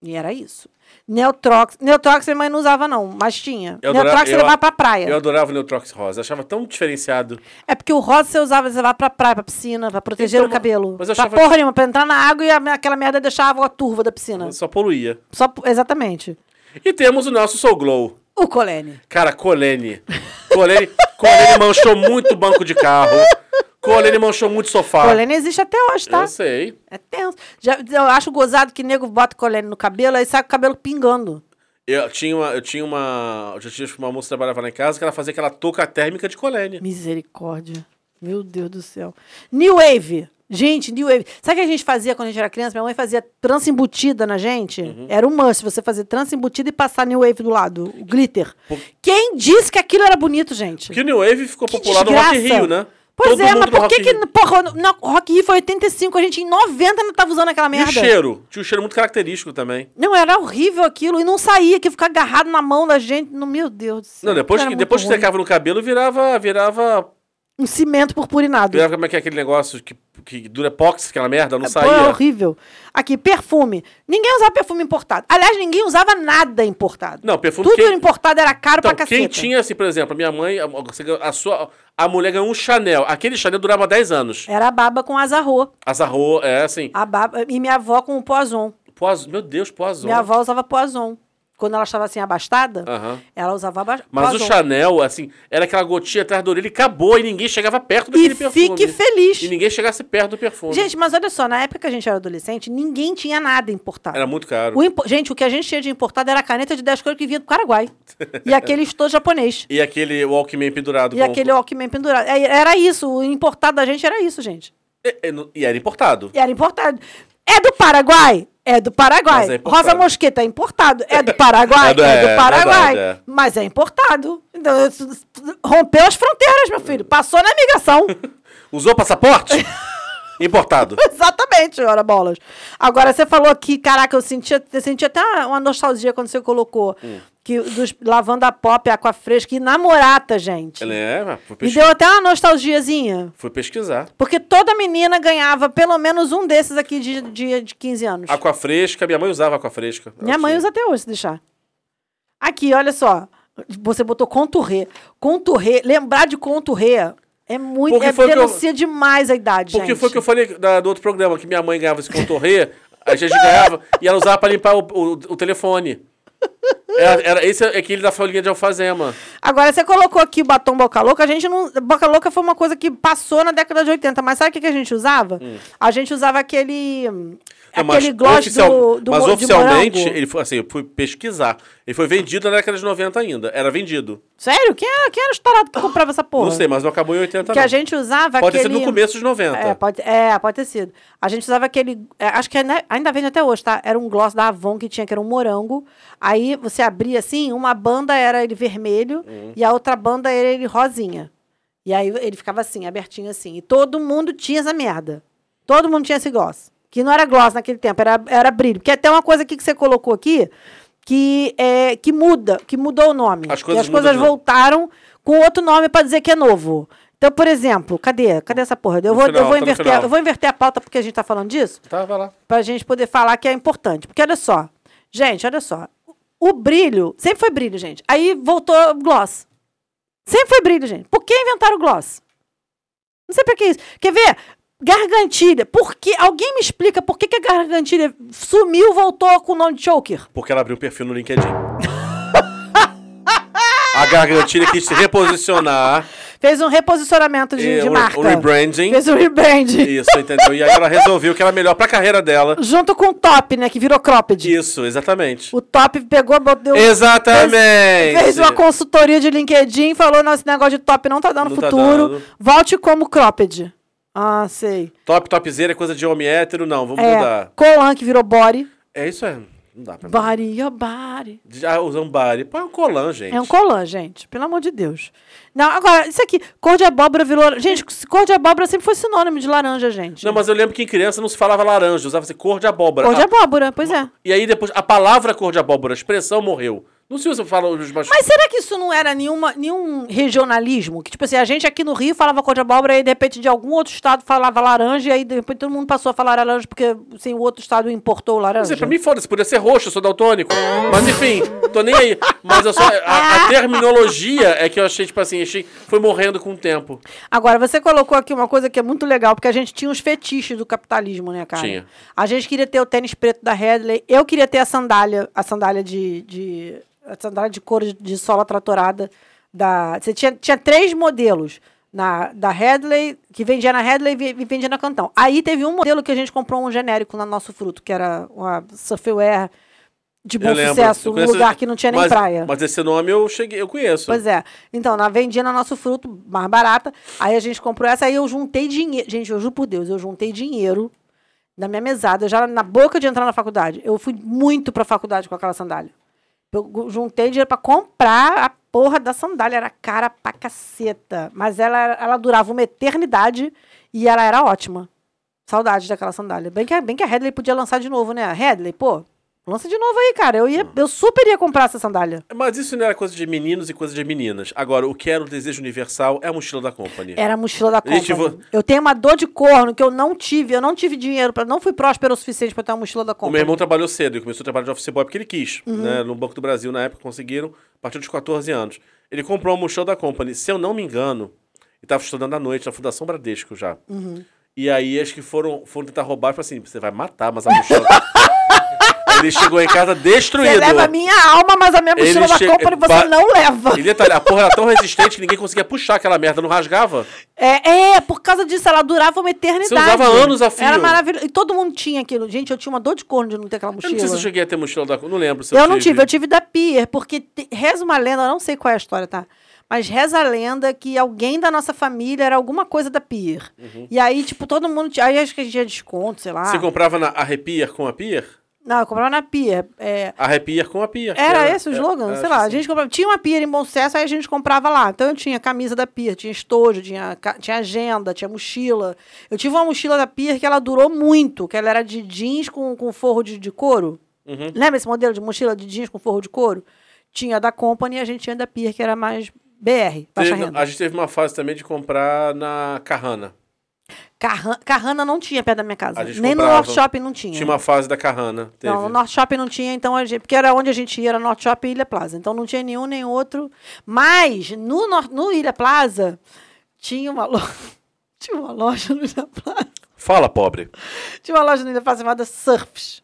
E era isso. Neutrox. Neutrox minha mãe não usava, não, mas tinha. Eu adorava- Neutrox você eu- levava pra praia. Eu adorava o Neutrox Rosa, achava tão diferenciado. É porque o rosa você usava, você levava pra praia, pra piscina, pra proteger Então, o cabelo. mas eu pra achava- porra nenhuma, pra entrar na água e a- aquela merda deixava a turva da piscina. Só poluía. Só, exatamente. E temos o nosso Soul Glow. O Colene. Cara, Colene. Colene, Colene manchou muito banco de carro. Colene manchou muito sofá. Colene existe até hoje, tá? Eu sei. É tenso. Já, eu acho gozado que nego bota colene no cabelo, aí sai com o cabelo pingando. Eu tinha uma. Eu tinha uma. Eu já tinha uma moça que trabalhava lá em casa que ela fazia aquela touca térmica de Hum. colênia. Misericórdia. Meu Deus do céu. New Wave. Gente, New Wave. Sabe o que a gente fazia quando a gente era criança? Minha mãe fazia trança embutida na gente. Uhum. Era um must você fazer trança embutida e passar New Wave do lado, o glitter. Quem disse que aquilo era bonito, gente? Porque o New Wave ficou Que popular no Rock in desgraça. Rio, né? Pois Todo é, mundo mas do por Rock que in que... Rio. Porra, no- no Rock in Rio foi 85, a gente em 90 não tava usando aquela E o merda. cheiro. Tinha um cheiro muito característico também. Não, era horrível aquilo. E não saía, que ficar agarrado na mão da gente. No, meu Deus do céu. Não, depois, Era que, muito depois que ruim. secava no cabelo, virava. Virava. Um cimento purpurinado. Virava como é que é aquele negócio que, que dura epóxi, aquela merda, não Pô, é saía. horrível. Aqui, perfume. Ninguém usava perfume importado. Aliás, ninguém usava nada importado. Não, perfume Tudo quem- importado era caro Então, pra caceta. quem tinha, assim, por exemplo, a minha mãe, a, a sua, a mulher ganhou um Chanel. Aquele Chanel durava 10 anos. Era a baba com azarro. Azarrou, é assim. A baba... E minha avó com o poison. Poaz- meu Deus, Poison. Minha avó usava poison. Quando ela estava assim abastada, Aham. ela usava aba... Mas poison. o Chanel, assim, era aquela gotinha atrás da orelha e acabou e ninguém chegava perto daquele E perfume. fique feliz. E ninguém chegasse perto do perfume. Gente, mas olha só, na época que a gente era adolescente, ninguém tinha nada importado. Era muito caro. O impo- Gente, o que a gente tinha de importado era a caneta de 10 cores que vinha do Paraguai. e aquele estojo japonês. E aquele Walkman pendurado. E com- aquele Walkman pendurado. É, Era isso, o importado da gente era isso, gente. É, é, no- E era importado. Era importado. É do Paraguai? É do Paraguai. Mas é importado. Rosa Mosqueta é importado. É do Paraguai? É é, do, do- é, Paraguai. verdade, é. Mas é importado. Então, isso- isso- Rompeu as fronteiras, meu filho. Passou na migração. Usou passaporte? importado. Exatamente, ora bolas. Agora, você falou aqui, caraca, eu sentia, eu sentia até uma- uma nostalgia quando você colocou. Hum. Que, dos, lavando a pop, aqua fresca e namorata, gente. Ela é, mas fui, Me pesqui- deu até uma nostalgiazinha. fui pesquisar. Porque toda menina ganhava pelo menos um desses aqui de, de, de 15 anos. Aqua fresca, minha mãe usava aqua fresca. Minha Ela mãe tinha. usa até hoje, se deixar. Aqui, olha só. Você botou conturré. Conturré, lembrar de conturré é muito. Porque É, foi o que eu- denuncia demais a idade, Porque gente. foi o que eu falei da- do outro programa, que minha mãe ganhava esse contorrê, a gente ganhava e ela usava pra limpar o, o- o telefone. Era, era- esse é aquele da folhinha de alfazema. Agora, você colocou aqui batom boca louca. A gente não. Boca louca foi uma coisa que passou na década de 80. Mas sabe o que que a gente usava? Hum. A gente usava aquele. Não, aquele gloss É, oficial- do, do mas mo- de oficialmente, morango. ele foi assim, eu fui pesquisar. Ele foi vendido na década de 90 ainda. Era vendido. Sério? Quem era, quem era os tarados que comprava essa porra? Não sei, mas não acabou em 80 Que não. a gente usava Pode aquele... ser no começo dos 90. É pode, é, pode ter sido. A gente usava aquele. é, Acho que ainda, ainda vende até hoje, tá? Era um gloss da Avon que tinha, que era um morango. Aí você abria assim, uma banda era ele vermelho Uhum. e a outra banda era ele rosinha. E aí ele ficava assim, abertinho assim. E todo mundo tinha essa merda. Todo mundo tinha esse gloss. Que não era gloss naquele tempo, era, era brilho. Porque até uma coisa aqui que você colocou aqui que, é, que muda, que mudou o nome. As Que coisas as coisas mudam de nome. voltaram com outro nome pra dizer que é novo. Então, por exemplo, cadê? Cadê essa porra? Eu No vou, final, eu, vou tá no inverter, final. eu vou inverter a pauta porque a gente tá falando disso, Tá, vai lá. pra gente poder falar que é importante. Porque olha só, gente, olha só. O brilho, sempre foi brilho, gente. Aí voltou o gloss. Sempre foi brilho, gente. Por que inventaram o gloss? Não sei pra que isso. Quer ver? Gargantilha. Por que? Alguém me explica por que, que a gargantilha sumiu, voltou com o nome de choker? Porque ela abriu um perfil no LinkedIn. a gargantilha quis se reposicionar. Fez um reposicionamento de, e de o- marca. o um rebranding. Fez um rebrand. Isso, entendeu? E aí ela resolveu que era melhor pra carreira dela. Junto com o top, né? Que virou cropped. Isso, exatamente. O top pegou, botou. É, Exatamente. Fez, fez uma consultoria de LinkedIn, falou: não, esse negócio de top não tá dando Não tá futuro. dando. Volte como cropped. Ah, sei. Top, topzera é coisa de homem hétero, não, vamos É, mudar. Colan, que virou body. É isso, é. Não dá pra mim. Body, your body. Já usar um body. Põe um colan, gente. É um colan, gente. Pelo amor de Deus. Não, agora, isso aqui. Cor de abóbora virou. Gente, cor de abóbora sempre foi sinônimo de laranja, gente. Não, mas eu lembro que em criança não se falava laranja, usava-se cor de abóbora. Cor de A- abóbora, pois é. E aí depois, a palavra cor de abóbora, a expressão morreu. Não se usa, fala os mais... Mas será que isso não era nenhuma, nenhum regionalismo? Que, tipo assim, a gente aqui no Rio falava cor de abóbora e, de repente, de algum outro estado falava laranja e aí, de repente, todo mundo passou a falar laranja porque, assim, o outro estado importou Quer laranja. dizer, é pra mim, foda-se, podia ser roxo, eu sou daltônico. Mas enfim, tô nem aí. Mas eu só, a, a terminologia é que eu achei, tipo assim, achei, foi morrendo com o tempo. Agora, você colocou aqui uma coisa que é muito legal, porque a gente tinha os fetiches do capitalismo, né, cara? Tinha. A gente queria ter o tênis preto da Hadley, eu queria ter a sandália, a sandália de. de a sandália de couro de, de sola tratorada. Da, você tinha, tinha três modelos. Na, da Hadley, que vendia na Hadley e ve- e vendia na Cantão. Aí teve um modelo que a gente comprou um genérico no nosso fruto, que era uma surfwear de Eu bom lembro. sucesso, Eu um conheço- lugar que não tinha nem mas- praia. Mas esse nome eu cheguei, eu conheço. Pois é. Então, na vendina nosso fruto, mais barata. Aí a gente comprou essa, aí eu juntei dinheiro. Gente, eu juro por Deus, eu juntei dinheiro da minha mesada. Eu já na boca de entrar na faculdade. Eu fui muito pra faculdade com aquela sandália. Eu gu- juntei dinheiro pra comprar a porra da sandália. Era cara pra caceta. Mas ela, era- ela durava uma eternidade e ela era ótima. Saudade daquela sandália. Bem que, a- bem que a Headley podia lançar de novo, né? A Headley, pô, lança de novo aí, cara. Eu, ia, eu super ia comprar essa sandália. Mas isso não era coisa de meninos e coisa de meninas. Agora, o que era o desejo universal é a mochila da Company. Era a mochila da Company. Gente, vou- Eu tenho uma dor de corno que eu não tive. Eu não tive dinheiro, pra... não fui próspero o suficiente pra ter uma mochila da O Company. meu irmão trabalhou cedo, ele começou a trabalhar de office boy porque ele quis, Uhum. né? No Banco do Brasil, na época, conseguiram, a partir dos 14 anos. Ele comprou uma mochila da Company, se eu não me engano, e tava estudando à noite na Fundação Bradesco já. Uhum. E aí, acho que foram, foram tentar roubar e falaram assim, você vai matar, mas a mochila... ele chegou em casa destruído. Você leva a minha alma, mas a minha Ele mochila da chega- Company você ba- não leva. E detalhe, a porra era tão resistente que ninguém conseguia puxar aquela merda, não rasgava. É, é, por causa disso, ela durava uma eternidade. Você usava anos a fio. Era maravilhoso. E todo mundo tinha aquilo. Gente, eu tinha uma dor de corno de não ter aquela Eu mochila. não sei se eu cheguei a ter mochila da... Não lembro se Eu não tive, eu tive da Pier, porque te- reza uma lenda, eu não sei qual é a história, tá? Mas reza a lenda que alguém da nossa família era alguma coisa da Pier. E aí, tipo, todo mundo. tinha- Aí acho que a gente tinha desconto, sei lá. Uhum. Você comprava na Arrepiar com a Pier? Não, eu comprava na Pier. É, Arrepiar com a Pier. que Era esse o slogan, era- sei é, acho lá. que A sim. gente comprava, tinha uma pia em bom sucesso, aí a gente comprava lá. Então eu tinha camisa da pia, tinha estojo, tinha, ca- tinha agenda, tinha mochila. Eu tive uma mochila da pia que ela durou muito, que ela era de jeans com, com forro de, de couro. Uhum. Lembra esse modelo de mochila de jeans com forro de couro? Tinha a da Company e a gente tinha a da pia, que era mais BR, baixa Teve- renda. a gente teve uma fase também de comprar na Carrana. Carran- Carrana não tinha perto da minha casa. A gente Nem no comprava. North Shopping não tinha. Tinha uma fase da Carrana. Teve. Não, no North Shopping não tinha, então a gente, porque era onde a gente ia, era North Shopping e Ilha Plaza. Então não tinha nenhum nem outro. Mas no, Nor- no Ilha Plaza tinha uma loja. Tinha uma loja no Ilha Plaza. Fala, pobre. Tinha uma loja no Ilha Plaza chamada Surfs.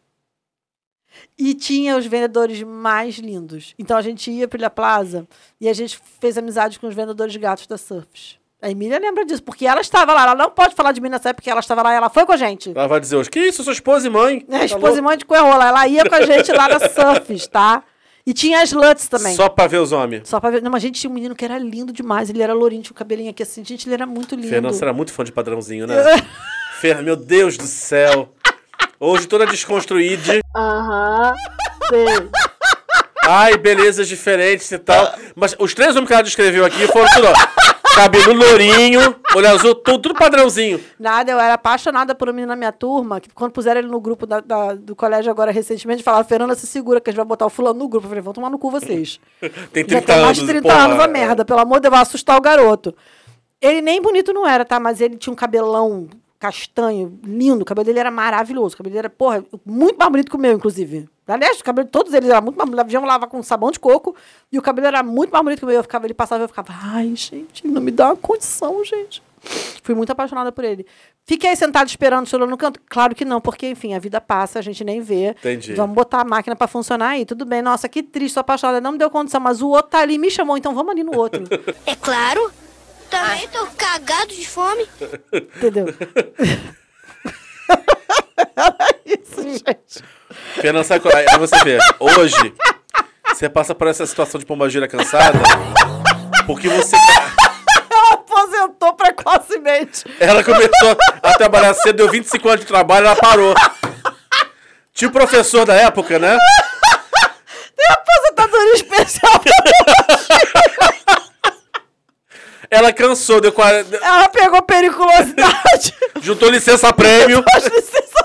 E tinha os vendedores mais lindos. Então a gente ia para Ilha Plaza e a gente fez amizade com os vendedores gatos da Surfs. A Emília lembra disso, porque ela estava lá. Ela não pode falar de mim nessa época, porque ela estava lá e ela foi com a gente. Ela vai dizer hoje, que isso, sua esposa e mãe. É, Tá esposa e mãe de Coerrola. Ela ia com a gente lá na Surfs, tá? E tinha as Luts louco? também. Só... Só pra ver os homens. pra ver. Não, mas gente tinha um menino que era lindo demais. Ele era lourinho, tinha o cabelinho aqui assim. Gente, ele era muito lindo. Fernando, você era muito fã de padrãozinho, né? Fer, meu Deus do céu. Hoje toda desconstruída. Ai, belezas diferentes e tal. Mas os três homens que ela descreveu aqui foram tudo, ó. Cabelo lourinho, olho azul, tudo, tudo padrãozinho. Nada, eu era apaixonada por um menino na minha turma, que quando puseram ele no grupo da- da- do colégio agora recentemente, falaram, Fernanda, se segura que a gente vai botar o fulano no grupo. Eu falei, vão tomar no cu vocês. Tem Já 30 tem mais anos. de 30 porra. anos, uma merda. Pelo amor de Deus, vai assustar o garoto. Ele nem bonito não era, tá? Mas ele tinha um cabelão castanho, lindo. O cabelo dele era maravilhoso. O cabelo dele era, porra, muito mais bonito que o meu, inclusive. Aliás, o cabelo de todos eles era muito mais bonito. Deviam lavar com sabão de coco. E o cabelo era muito mais bonito que o meu. Eu ficava, ele passava e eu ficava, ai, gente, ele não me dá uma condição, gente. Fui muito apaixonada por ele. Fiquei sentado esperando, chorando no canto? Claro que não, porque, enfim, a vida passa, a gente nem vê. Entendi. Vamos botar a máquina pra funcionar aí, tudo bem. Nossa, que triste, sou apaixonada, não me deu condição, mas o outro tá ali, me chamou, então vamos ali no outro. É claro. Também tô cagado de fome. Entendeu? Era é isso, gente. Fernanda, sabe qual é? Aí você vê, hoje, você passa por essa situação de pombagira cansada, porque você... Ela aposentou precocemente. Ela começou a trabalhar cedo, deu 25 anos de trabalho, ela parou. Tinha o professor da época, né? Tem aposentadoria especial. Ela cansou, deu 40, Ela pegou periculosidade. juntou licença-prêmio Mas licença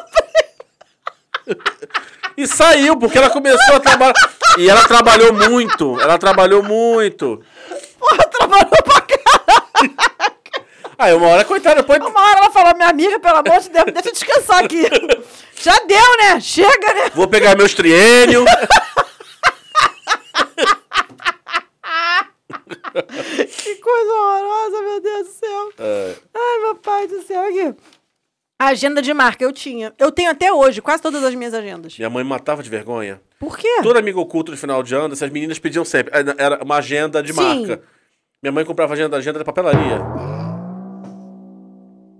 e saiu, porque ela começou a trabalhar... E ela trabalhou muito, ela trabalhou muito. porra, trabalhou pra Aí uma hora, coitada, depois... Uma hora ela falou, minha amiga, pelo amor de Deus, deixa eu descansar aqui. Já deu, né? Chega, né? Vou pegar meus triênios. Que coisa horrorosa, meu Deus do céu. Ai, meu pai do céu, aqui. Agenda de marca, eu tinha. Eu tenho até hoje, quase todas as minhas agendas. Minha mãe matava de vergonha. Por quê? Todo amigo oculto de final de ano, essas meninas pediam sempre. Era- Era uma agenda de Sim. marca. Minha mãe comprava agenda, agenda da papelaria.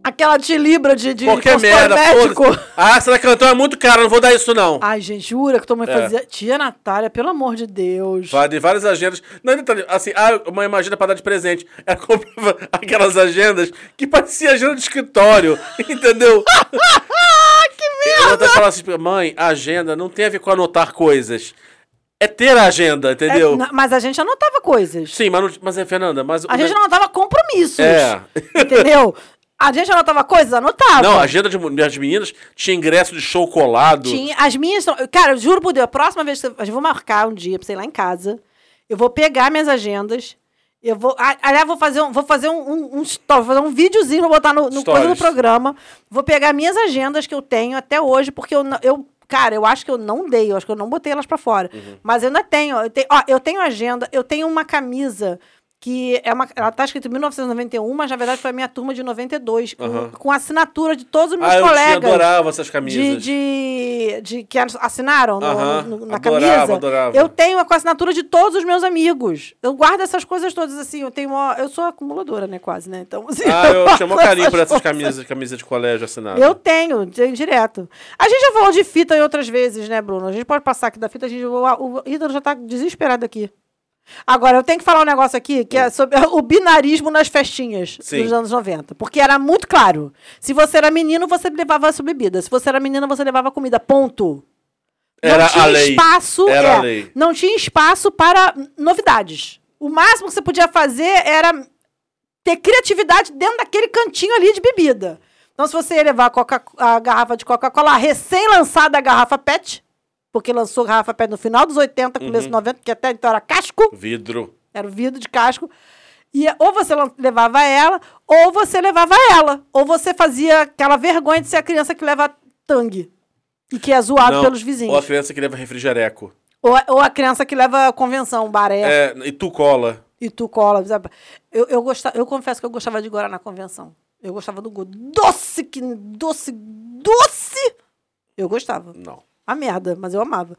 aquela tilibra de, de Qualquer consultório merda, médico. Ah. foda Ah, essa da cantora é muito cara, não vou dar isso não. Ai, gente, jura que tua mãe É. fazia. Tia Natália, pelo amor de Deus. Vale várias agendas. Não, detalhe, assim, ah, uma imagina pra dar de presente. Ela comprava aquelas agendas que parecia agenda de escritório, entendeu? que merda! Eu até falava assim, mãe, a agenda não tem a ver com anotar coisas. É ter a agenda, É, entendeu? na- mas a gente anotava coisas. Sim, mas, não, mas é, Fernanda, mas... A gente anotava compromissos. É. Entendeu? A gente anotava coisas, anotava. Não, a agenda de, das meninas tinha ingresso de show colado. Tinha, as minhas estão. Cara, eu juro por Deus, a próxima vez que eu, eu vou marcar um dia pra você ir lá em casa, eu vou pegar minhas agendas. Eu vou. a- Aliás, vou fazer um. Vou fazer um, um, um story, vou fazer um videozinho, vou botar no, no coisa do Stories. programa. Vou pegar minhas agendas que eu tenho até hoje, porque eu. não- eu Cara, eu acho que eu não dei, eu acho que eu não botei elas pra fora. Uhum. Mas eu ainda tenho. Eu tenho, ó, eu tenho agenda, eu tenho uma camisa que é uma. Ela tá escrita em 1991, mas na verdade foi a minha turma de 92, com- Aham. com, assinatura de todos os meus Ah, eu tinha- colegas adorava essas de, camisas. de, de- que assinaram no- Aham, no- na adorava, camisa. adorava. Eu tenho com a assinatura de todos os meus amigos. Eu guardo essas coisas todas assim. Eu tenho, mó- eu sou acumuladora, né, quase, né? Então, assim, Ah, eu guardo tinha mó carinho por essas coisas. camisas, camisas de colégio assinadas. Eu tenho, tenho direto. A gente já falou de fita em outras vezes, né, Bruno? A gente pode passar aqui da fita, a gente o, o Ídolo já tá desesperado aqui. Agora, eu tenho que falar um negócio aqui, que é sobre o binarismo nas festinhas Hum. Sim. dos anos 90. Porque era muito claro. Se você era menino, você levava a sua bebida. Se você era menina, você levava comida. Ponto. Era não tinha a lei. espaço. Era é, a lei. Não tinha espaço para novidades. O máximo que você podia fazer era ter criatividade dentro daquele cantinho ali de bebida. Então, se você ia levar a, Coca- a garrafa de Coca-Cola, a recém-lançada garrafa PET, porque lançou garrafa PET no final dos 80, começo dos 90, que até então era casco, Vidro. era o vidro de casco. E é, ou você lan- levava ela, ou você levava ela. Ou você fazia aquela vergonha de ser a criança que leva tangue e que é zoado Não, pelos Ou a vizinhos. criança que leva refrigereco. Ou a, ou a criança que leva convenção, baré. É, e tu cola. E tu cola. sabe? Eu, eu, gostava, eu confesso que eu gostava de Guaraná Convenção. Eu gostava do gosto. Doce, que doce, doce! Eu gostava. Não. A merda, mas eu amava.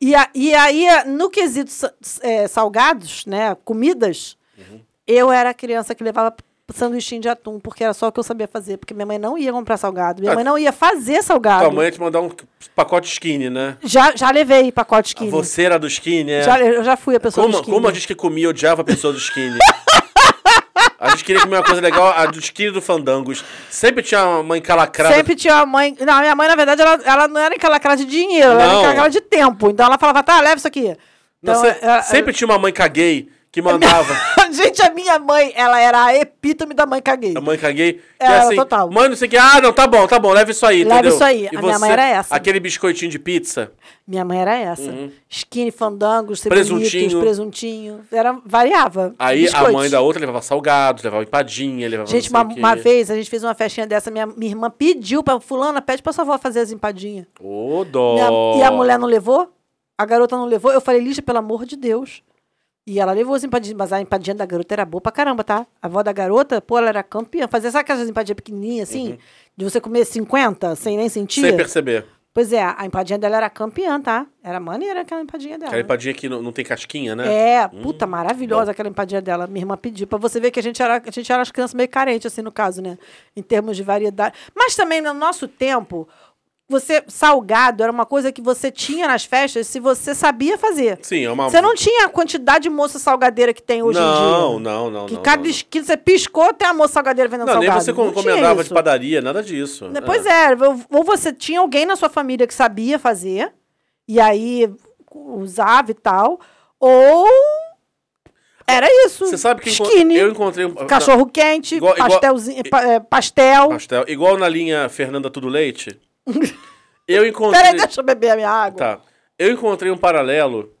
E, a, e aí, no quesito sa- s- é, salgados, né? Comidas, Uhum. eu era a criança que levava sanduichinho de atum, porque era só o que eu sabia fazer. Porque minha mãe não ia comprar salgado. Minha Ah, mãe não ia fazer salgado. Tua mãe ia te mandar um pacote skinny, né? já, já levei pacote skinny. Ah, Você era do skinny, é? Já- eu já fui a pessoa do como, skinny. como a gente que comia odiava a pessoa do skinny? a gente queria comer uma coisa legal, a do skinny do Fandangos. Sempre tinha uma encalacrada. Sempre tinha a mãe. Não, minha mãe, na verdade, ela, ela não era aquela cara de dinheiro, ela era Não. aquela cara de tempo. Então ela falava, tá, leva isso aqui. Não, Então, se- ela- sempre tinha uma mãe caguei que mandava. Gente, a minha mãe, ela era a epítome da mãe caguei. A mãe caguei. Que Era assim, total. Mãe, não sei o que. Ah, não, tá bom, tá bom, leva isso aí, Leva entendeu? isso aí. E A minha mãe era essa. Aquele biscoitinho de pizza. Minha mãe era essa. Skinny, fandangos, Uhum. Presuntinho. presuntinho. presuntinho. Era, variava. Aí a Biscoitos. mãe da outra levava salgados, levava empadinha, levava Gente, não uma, sei o quê. uma vez a gente fez uma festinha dessa, minha, minha irmã pediu pra fulana, pede pra sua avó fazer as empadinhas. Ô, dó. Minha- E a mulher não levou? A garota não levou? Eu falei, Lígia, pelo amor de Deus. E ela levou as empadinhas, mas a empadinha da garota era boa pra caramba, tá? A avó da garota, pô, ela era campeã. Fazia sabe aquelas empadinhas pequenininhas, assim? De você comer 50, sem nem sentir? Uhum. Sem perceber. Pois é, a empadinha dela era campeã, tá? Era maneira aquela empadinha dela. Aquela empadinha que não, não tem casquinha, né? É, puta, maravilhosa aquela empadinha dela. Minha irmã pediu pra você ver que a gente era, a gente era as crianças meio carentes, assim, no caso, né? Em termos de variedade. Mas também, no nosso tempo, você salgado era uma coisa que você tinha nas festas se você sabia fazer. Sim, é uma... Você não tinha a quantidade de moça salgadeira que tem hoje em dia. Não, não, não. Que não, cada não. esquina você piscou, tem a moça salgadeira vendendo Não, nem salgado. você com- tinha encomendava de isso. padaria, nada disso. Né, Pois é, ou- ou você tinha alguém na sua família que sabia fazer, e aí usava e tal, ou era isso. Você sabe que enco- Skinny, eu encontrei um cachorro quente, Igual- igual- pastelzinho, pa- é, pastel. pastel. Igual na linha Fernanda Tudo Leite. eu encontrei. Peraí, deixa eu beber a minha água. Tá. Eu encontrei um paralelo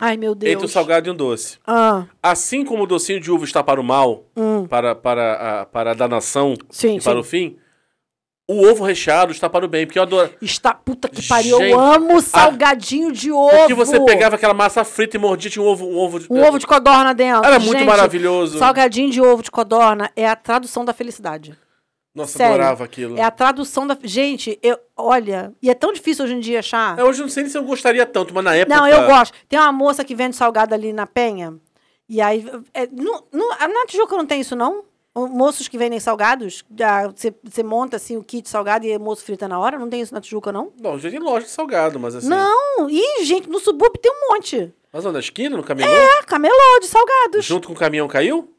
Ai, meu Deus. entre o salgado e o doce. Ah, Assim como o docinho de uva está para o mal, para, para, a, para a danação Hum. Sim, e para sim. o fim, o ovo recheado está para o bem. Porque eu adoro. está, puta que pariu, Gente, eu amo salgadinho de ovo. Porque você pegava aquela massa frita e mordia tinha um ovo. Um ovo, Um ovo de codorna dentro. Era muito Gente, maravilhoso. Salgadinho de ovo de codorna é a tradução da felicidade. Nossa, Sério. adorava aquilo. É a tradução da. Gente, eu. Olha, e é tão difícil hoje em dia achar. É, Hoje eu não sei nem se eu gostaria tanto, mas na época. Não, eu gosto. Tem uma moça que vende salgado ali na Penha. E aí. é, no, no, na Tijuca não tem isso, não? o- moços que vendem salgados, já você você monta assim o kit salgado e o moço frita na hora? Não tem isso na Tijuca, não? Não, já tem loja de salgado, mas assim. Não! Ih, gente, no subúrbio tem um monte. Mas ó, na esquina, no caminhão? É, camelô de salgados. Junto com o caminhão caiu?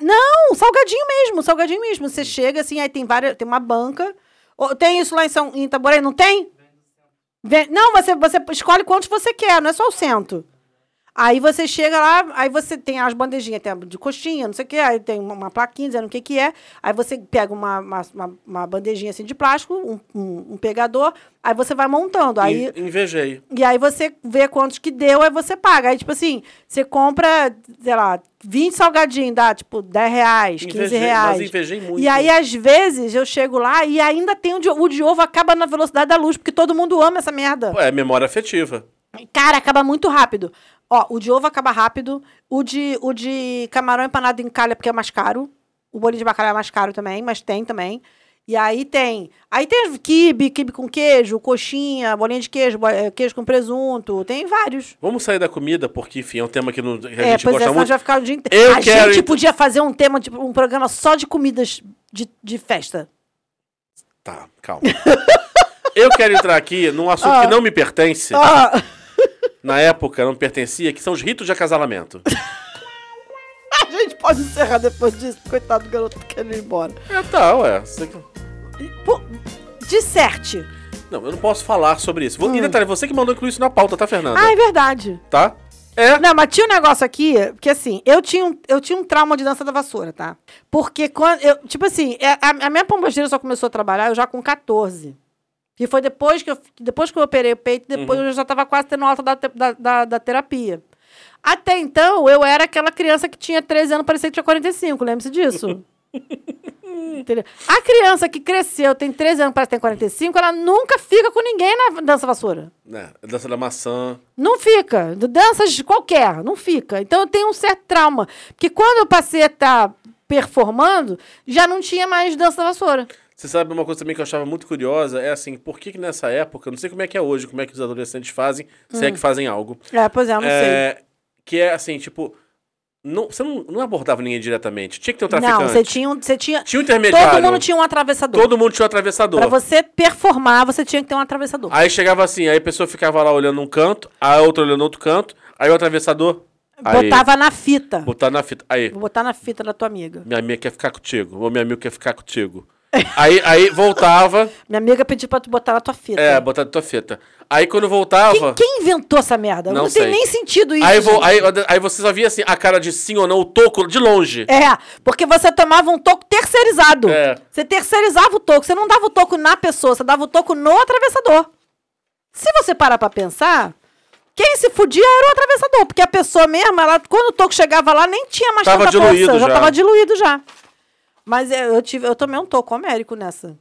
Não, salgadinho mesmo, salgadinho mesmo. Você chega assim, aí tem várias, tem uma banca. Ô, Tem isso lá em São em Itaboraí, não tem? Vem- não, você, você escolhe quantos você quer, não é só o cento. Aí você chega lá, aí você tem as bandejinhas, tem a de coxinha, não sei o quê, aí tem uma, uma plaquinha dizendo o que que é. Aí você pega uma, uma, uma- uma bandejinha assim de plástico, um, um- um pegador, aí você vai montando. Aí... Em- Invejei. E aí você vê quantos que deu, aí você paga. Aí, tipo assim, você compra, sei lá, 20 salgadinhos, dá, tipo, 10 reais, 15 Invejei, reais. mas invejei muito. E aí, às vezes, eu chego lá e ainda tem o de, o de ovo acaba na velocidade da luz, porque todo mundo ama essa merda. Pô, É memória afetiva. Cara, acaba muito rápido. Ó, o de ovo acaba rápido, o de, o de camarão empanado encalha porque é mais caro. O bolinho de bacalhau é mais caro também, mas tem também. E aí tem. Aí tem as quibe, quibe com queijo, coxinha, bolinha de queijo, bo- eh, queijo com presunto. Tem vários. Vamos sair da comida, porque, enfim, é um tema que, não- que a é, gente pois é, gosta senão a gente muito. vai ficar o dia inteiro. Eu a quero gente ir- podia fazer um tema, tipo, um programa só de comidas de, de festa. Tá, calma. Eu quero entrar aqui num assunto que não me pertence, Ah, na época não me pertencia, que são os ritos de acasalamento. a gente pode encerrar depois disso, coitado do garoto querendo ir embora. é, tá, ué. você que- Pô, disserte. Não, eu não posso falar sobre isso. Vou... E detalhe, você que mandou incluir isso na pauta, tá, Fernanda? Ah, é verdade. Tá? É. Não, mas tinha um negócio aqui, que assim, eu tinha um, eu tinha um trauma de dança da vassoura, tá? Porque quando. Eu, tipo assim, é, a, a minha pombagira só começou a trabalhar eu já com 14. E foi depois que eu, depois que eu operei o peito, depois eu já tava quase tendo alta da, te- da, da, da terapia. Até então, eu era aquela criança que tinha 13 anos, parecia que tinha 45, lembre-se disso. Entendeu? A criança que cresceu, tem 13 anos, parece que tem 45, ela nunca fica com ninguém na dança vassoura. É, dança da maçã. Não fica. Do- Danças qualquer, não fica. Então eu tenho um certo trauma. Porque quando eu passei a estar performando, já não tinha mais dança da vassoura. Você sabe uma coisa também que eu achava muito curiosa? É assim, por que, que nessa época, eu não sei como é que é hoje, como é que os adolescentes fazem, se é que fazem algo. É, pois é, Hum. eu não sei. É, que é assim, tipo, não, você não, não abordava ninguém diretamente. Tinha que ter um traficante. Não, você tinha, um- você tinha. Tinha um intermediário. Todo mundo tinha um atravessador. Todo mundo tinha um atravessador. Pra você performar, você tinha que ter um atravessador. Aí chegava assim, aí a pessoa ficava lá olhando um canto, a outra olhando outro canto, aí o atravessador. Aí, Botava na fita. Botar na fita. Aí, Vou botar na fita da tua amiga. minha amiga quer ficar contigo, ou minha amiga quer ficar contigo. aí, aí voltava, Minha amiga pediu pra tu botar na tua fita. é, botar na tua fita. Aí quando quem, voltava. quem inventou essa merda? Não Não, sei. tem nem sentido isso. Aí, vo- gente. aí, aí você só via assim, a cara de sim ou não, o toco de longe. É, porque você tomava um toco terceirizado. É. Você terceirizava o toco. Você não dava o toco na pessoa, você dava o toco no atravessador. Se você parar pra pensar, quem se fudia era o atravessador. Porque a pessoa mesma, ela, quando o toco chegava lá, nem tinha mais Tava tanta diluído força. Já já. tava diluído já. Mas é, eu, tive, eu tomei um toco homérico nessa.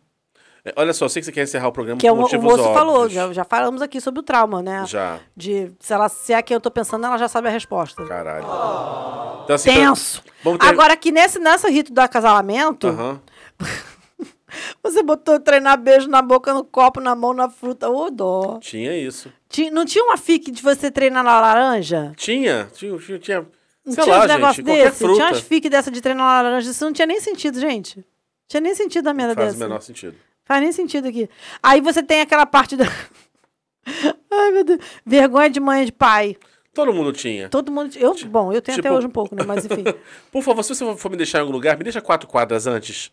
É, Olha só, eu sei que você quer encerrar o programa Que é por o, o motivos moço óbvios. falou. Já, já falamos aqui sobre o trauma, né? Já. De, se, ela, se é quem eu tô pensando, ela já sabe a resposta. Caralho. Então, assim, Tenso. pra- Vamos ter... Agora, que nesse, nesse rito do acasalamento, Aham. Você botou treinar beijo na boca, no copo, na mão, na fruta. Ô, dó. Tinha isso. Ti- não tinha uma fique de você treinar na laranja? Tinha, tinha, tinha, tinha Não sei tinha lá, uns negócio gente, qualquer desse? fruta. Tinha umas fique dessa de treinar na laranja. Isso não tinha nem sentido, gente. Não Tinha nem sentido a merda Faz dessa. o menor sentido. Faz nem sentido aqui. Aí você tem aquela parte da. Ai, meu Deus. Vergonha de mãe e de pai. Todo mundo tinha. Todo mundo. Eu, bom, eu tenho tipo- até hoje um pouco, né? Mas enfim. Por favor, se você for me deixar em algum lugar, me deixa quatro quadras antes.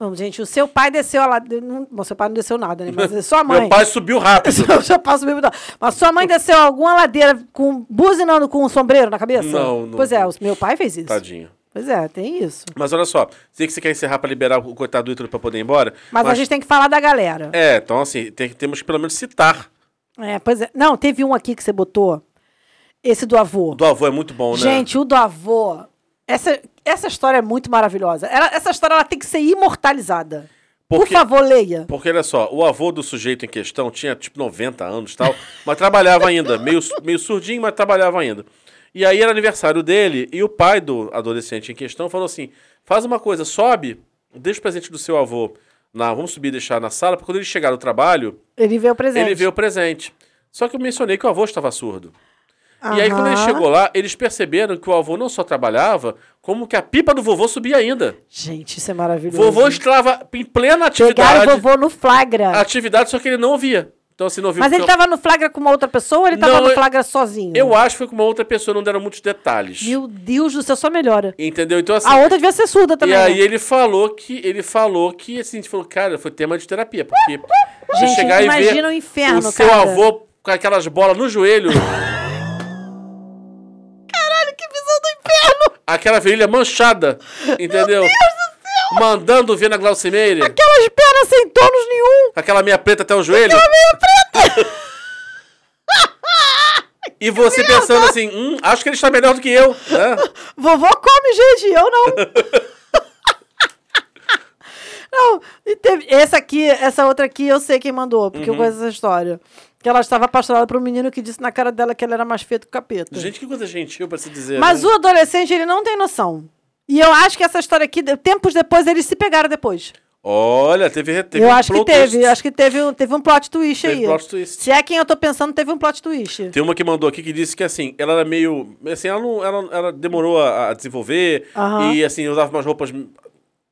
Bom, gente, o seu pai desceu a ladeira. não- Bom, seu pai não desceu nada, né? Mas é sua mãe. Meu pai subiu rápido. Eu já passo mesmo. Mas sua mãe desceu alguma ladeira com buzinando com um sombreiro na cabeça? Não, não. Pois é, o meu pai fez isso. Tadinho. Pois é, tem isso. Mas olha só, sei que você quer encerrar pra liberar o coitado do Ítalo pra poder ir embora. Mas, a gente tem que falar da galera. É, então assim, tem- temos que pelo menos citar. É, pois é. Não, teve um aqui que você botou. Esse do avô. O do avô é muito bom, né? Gente, o do avô. Essa, essa história é muito maravilhosa. Ela- essa história ela tem que ser imortalizada. Por Porque- favor, leia. Porque olha só, o avô do sujeito em questão tinha tipo 90 anos e tal, mas trabalhava ainda, meio, su- meio surdinho, mas trabalhava ainda. E aí era aniversário dele e o pai do adolescente em questão falou assim: faz uma coisa, sobe, deixa o presente do seu avô. Na, vamos subir e deixar na sala, porque quando ele chegar no trabalho, Ele veio o presente. ele vê o presente. Só que eu mencionei que o avô estava surdo. E aí, quando ele Aham. chegou lá, eles perceberam que o avô não só trabalhava, como que a pipa do vovô subia ainda. Gente, isso é maravilhoso. Vovô estava em plena atividade. Pegaram o vovô no flagra. atividade, só que ele não ouvia. Então, assim, não ouvia. Mas ele Então, tava no flagra com uma outra pessoa ou ele tava Não, no eu- flagra sozinho? Eu acho que foi com uma outra pessoa, não deram muitos detalhes. Meu Deus do céu, só melhora. Entendeu? Então, assim. A outra devia ser surda E também. aí né? ele falou que. Ele falou que, assim, a gente falou, cara, foi tema de terapia. Porque você Gente, chegar e ver imagina o inferno, o seu cara. avô com aquelas bolas no joelho. Caralho, que visão do inferno! Aquela virilha manchada, entendeu? Mandando ver na Glaucimeire, Aquelas pernas sem tônus nenhum. aquela meia preta até o joelho. E você pensando assim, hum, acho que ele está melhor do que eu, né? Vovó come, gente, eu não. não, e teve- essa aqui, essa outra aqui, eu sei quem mandou, porque Uhum. eu conheço essa história. Que ela estava apaixonada por um menino que disse na cara dela que ele era mais feio do que o capeta. Gente, que coisa gentil pra se dizer. Mas né? o adolescente, ele não tem noção. E eu acho que essa história aqui, de- tempos depois, eles se pegaram depois. Olha, teve, teve eu um acho que plot teve, twist. acho que teve, um- teve um plot twist Teve aí. plot twist. Se é quem eu tô pensando, teve um plot twist. Tem uma que mandou aqui que disse que assim, ela era meio. Assim, ela, não, ela, ela demorou a, a desenvolver Aham. e assim, usava umas roupas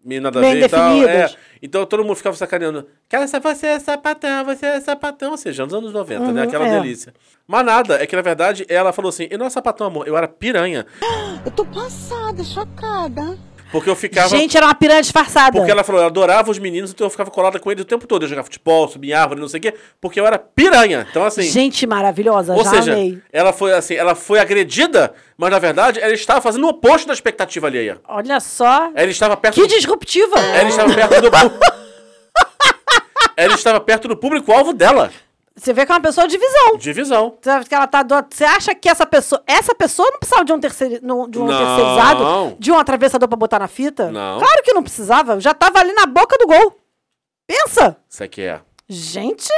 meio nada a Bem ver e tal. É. definidas. Então todo mundo ficava sacaneando. Cara, essa- você é sapatão, você é sapatão. Ou seja, nos anos 90, né? Uhum, Aquela é. delícia. Mas nada, é que na verdade ela falou assim: eu não era sapatão, amor, eu era piranha. Eu tô passada, chocada. Porque eu ficava. Gente, era uma piranha disfarçada. Porque ela falou, eu adorava os meninos, então eu ficava colada com eles o tempo todo. Eu jogava futebol, subia em árvore, não sei o quê, porque eu era piranha. Então, assim. Gente maravilhosa, Ou já seja, amei. ela foi assim, ela foi agredida, mas na verdade ela estava fazendo o oposto da expectativa alheia. Olha só. Ela estava perto Que do... disruptiva! Ela estava perto do pu- Ela estava perto do público-alvo dela, Você vê que é uma pessoa de visão. de visão. Você acha que ela tá do- Você acha que essa pessoa. Essa pessoa não precisava de um, terceiri- no- de um Não. terceirizado? De um atravessador pra botar na fita? Não. Claro que não precisava. Já tava ali na boca do gol. Pensa! Isso aqui é. Gente!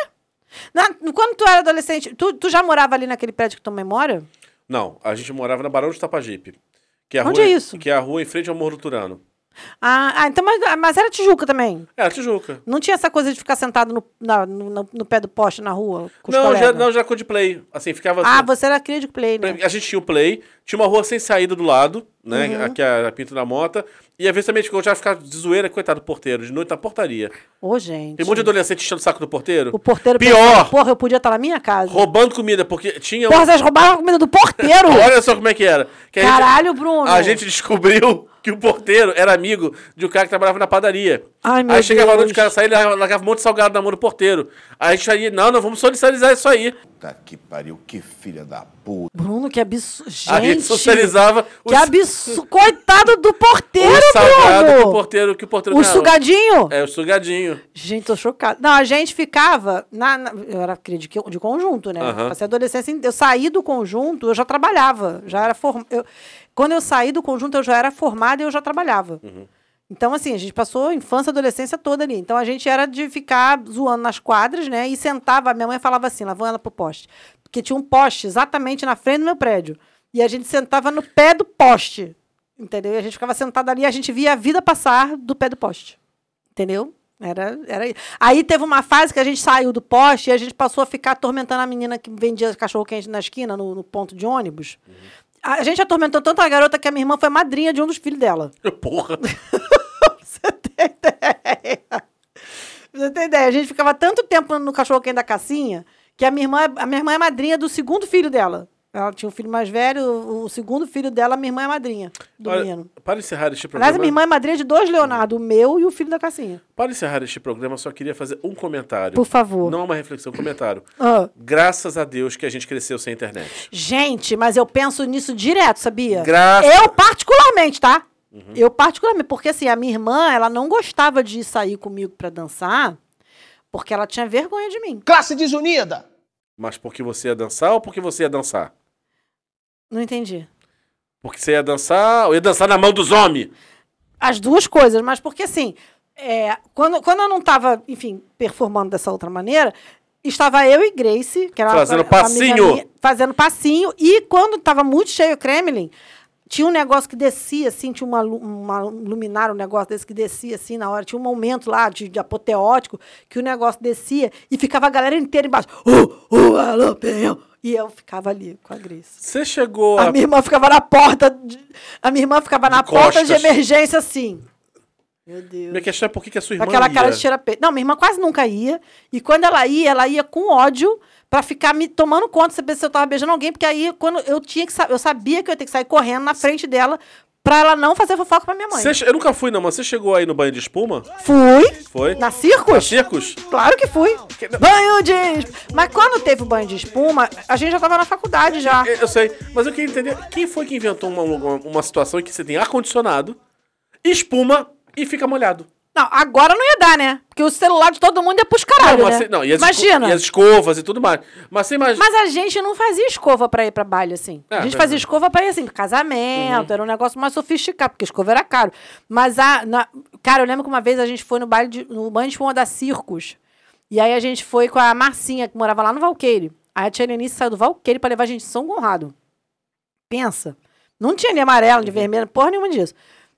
Na- quando tu era adolescente, tu, tu já morava ali naquele prédio que tua mãe mora? Não, a gente morava na Barão de Tapajipe. Que é a Onde rua, é isso? Que é a rua em frente ao Morro do Turano. Ah, ah, então, mas, mas era Tijuca também. É, a Tijuca. Não tinha essa coisa de ficar sentado no, na- no- no- no pé do poste na rua? Com os Não, já, colegas? não, já era de play. Assim, ficava... Ah, você era cria de play, né? A gente tinha o Play, tinha uma rua sem saída do lado, né? Uhum. Aqui a Pinto da Mota. E às vezes também a gente já ficava de zoeira, coitado do porteiro, de noite na portaria. Ô, gente. Tem um monte de adolescente enchendo o saco do porteiro. O porteiro Pior! pensando, porra, eu podia estar na minha casa. Roubando comida, porque tinha. um- Porra, vocês roubaram a comida do porteiro! Olha só como é que era. Que a gente- Caralho, Bruno. A gente descobriu que o porteiro era amigo de um cara que trabalhava na padaria. Ai, meu aí chegava lá, Deus. o cara saía, ele largava um monte de salgado na mão do porteiro. Aí a gente saía, não, não, vamos solidarizar isso aí. Puta que pariu, que filha da puta. Bruno, que absurdo. Gente, a gente socializava que absurdo. Coitado do porteiro, o salgado que o Bruno! porteiro, né? que o porteiro O ganhava. sugadinho? É, o sugadinho. Gente, tô chocada. Não, a gente ficava. Na, na- eu era cria de, de conjunto, né? Aham. Passei a adolescência. in- Eu saí do conjunto, eu já trabalhava. Já era form... eu- Quando eu saí do conjunto, eu já era formada e eu já trabalhava. Então, assim, a gente passou a infância e adolescência toda ali. Então, a gente era de ficar zoando nas quadras, né? E sentava, minha mãe falava assim, lá vou ela pro poste. Porque tinha um poste exatamente na frente do meu prédio. E a gente sentava no pé do poste, entendeu? E a gente ficava sentada ali e a gente via a vida passar do pé do poste, entendeu? Era, era isso. Aí teve uma fase que a gente saiu do poste e a gente passou a ficar atormentando a menina que vendia cachorro quente na esquina, no, no ponto de ônibus. A gente atormentou tanto a garota que a minha irmã foi madrinha de um dos filhos dela. Porra. Você tem ideia? Você tem ideia? A gente ficava tanto tempo no cachorro quente da Cassinha que a minha irmã, é- a minha irmã é madrinha do segundo filho dela. Ela tinha um filho mais velho, o o segundo filho dela, a minha irmã é madrinha do Olha, menino. para encerrar este programa. Aliás, a minha irmã é madrinha de dois Leonardo, o meu e o filho da Cassinha. Para encerrar este programa, eu só queria fazer um comentário. Por favor. Não é uma reflexão, um comentário. Ah. Graças a Deus que a gente cresceu sem internet. Gente, mas eu penso nisso direto, sabia? Graça- Eu particularmente, tá? Eu particularmente, porque assim, a minha irmã, ela não gostava de sair comigo pra dançar, porque ela tinha vergonha de mim. Classe desunida! Mas porque você ia dançar ou porque você ia dançar? Não entendi. Porque você ia dançar ou ia dançar na mão dos homens? as duas coisas, mas porque assim, é, quando, quando eu não estava, enfim, performando dessa outra maneira, estava eu e Grace, que era Fazendo uma- uma amiga passinho. minha, fazendo passinho, e quando estava muito cheio o Kremlin, tinha um negócio que descia, assim, tinha uma, lu- uma luminária, um negócio desse que descia, assim, na hora, tinha um momento lá de, de apoteótico, que o negócio descia e ficava a galera inteira embaixo, uh, uh, alô, penhão, E eu ficava ali com a Grace. Você chegou A a. minha irmã ficava na porta. de- A minha irmã ficava na De porta de costas. emergência, assim. Meu Deus. Minha questão é por que que a sua Com irmã. aquela ia? cara de cheira-peito. Não, minha irmã quase nunca ia. E quando ela ia, ela ia com ódio pra ficar me tomando conta saber se eu tava beijando alguém, porque aí quando eu tinha que sa- eu sabia que eu ia ter que sair correndo na frente dela pra ela não fazer fofoca pra minha mãe. Você che- Eu nunca fui, não, mas você chegou aí no banho de espuma? Fui. Foi? Na circos? Na circos? Claro que fui. Banho de... esp- Mas quando teve o banho de espuma, a gente já tava na faculdade já. Eu, eu sei, mas eu queria entender quem foi que inventou uma, uma, uma situação em que você tem ar-condicionado, espuma e fica molhado. Não, agora não ia dar, né? Porque o celular de todo mundo ia pros caralho, né? mas você- assim? não, e as esco- Imagina. e as escovas e tudo mais. Mas você imagina. Mas a gente não fazia escova pra ir pra baile, assim. É, a gente verdade. Uhum. fazia escova pra ir, assim, pra casamento, era um negócio mais sofisticado, porque escova era caro. Mas, a, na- cara, eu lembro que uma vez a gente foi no baile, de, no banho de espuma da Circos. E aí a gente foi com a Marcinha, que morava lá no Valqueire. Aí a tia Lenice saiu do Valqueire pra levar a gente em São Conrado. Pensa. Não tinha nem amarelo, de Uhum. vermelho, porra nenhuma disso.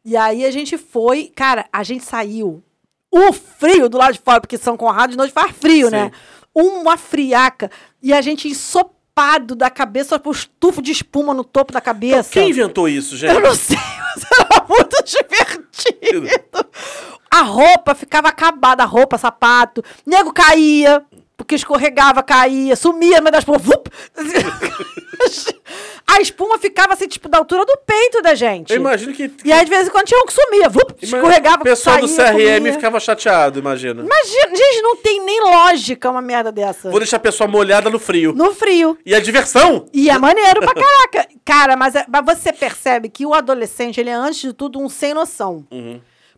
E aí a gente foi, cara, a gente saiu. O frio do lado de fora, porque São Conrado de noite faz frio, né? Uma friaca. E a gente ensopado da cabeça, com um estufo de espuma no topo da cabeça. Quem inventou isso, gente? Eu não sei, mas era muito divertido. A roupa ficava acabada, a roupa, sapato. Nego caía, porque escorregava, caía, sumia, mas da espuma. vup. a espuma ficava assim, tipo, da altura do peito da gente. Eu imagino que. E aí, de vez em quando, tinha um que sumia, vup, escorregava, O pessoal do saía, CRM comia. ficava chateado, imagina. Imagina, gente, não tem nem lógica uma merda dessa. Vou deixar a pessoa molhada no frio. No frio. E a diversão? E é maneiro pra caraca. Cara, mas, é- mas você percebe que o adolescente, ele é, antes de tudo, um sem noção.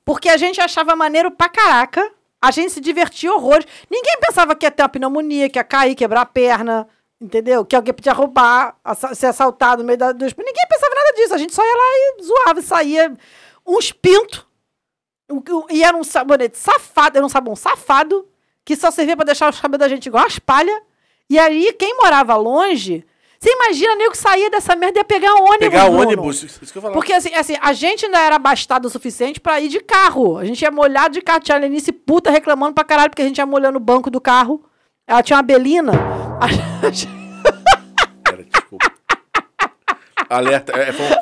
Porque a gente achava maneiro pra caraca. A gente se divertia horrores. Ninguém pensava que ia ter uma pneumonia, que ia cair, quebrar a perna. Entendeu? Que alguém podia roubar, assa- ser assaltado no meio da... Dos... Ninguém pensava nada disso. A gente só ia lá e zoava, e saía uns pintos. O- o- E era um sabonete safado, era um sabão safado, que só servia pra deixar os cabelos da gente igual as palhas. E aí, quem morava longe, você imagina nem que saía dessa merda e ia pegar ônibus. Pegar o Bruno. ônibus. Isso que eu falava. Porque assim, assim, a gente ainda era abastado o suficiente pra ir de carro. A gente ia molhado de carro. Tinha a Lenice puta reclamando pra caralho, porque a gente ia molhando o banco do carro. Ela tinha uma belina. A gente- Pera, desculpa. Alerta. É, foi um-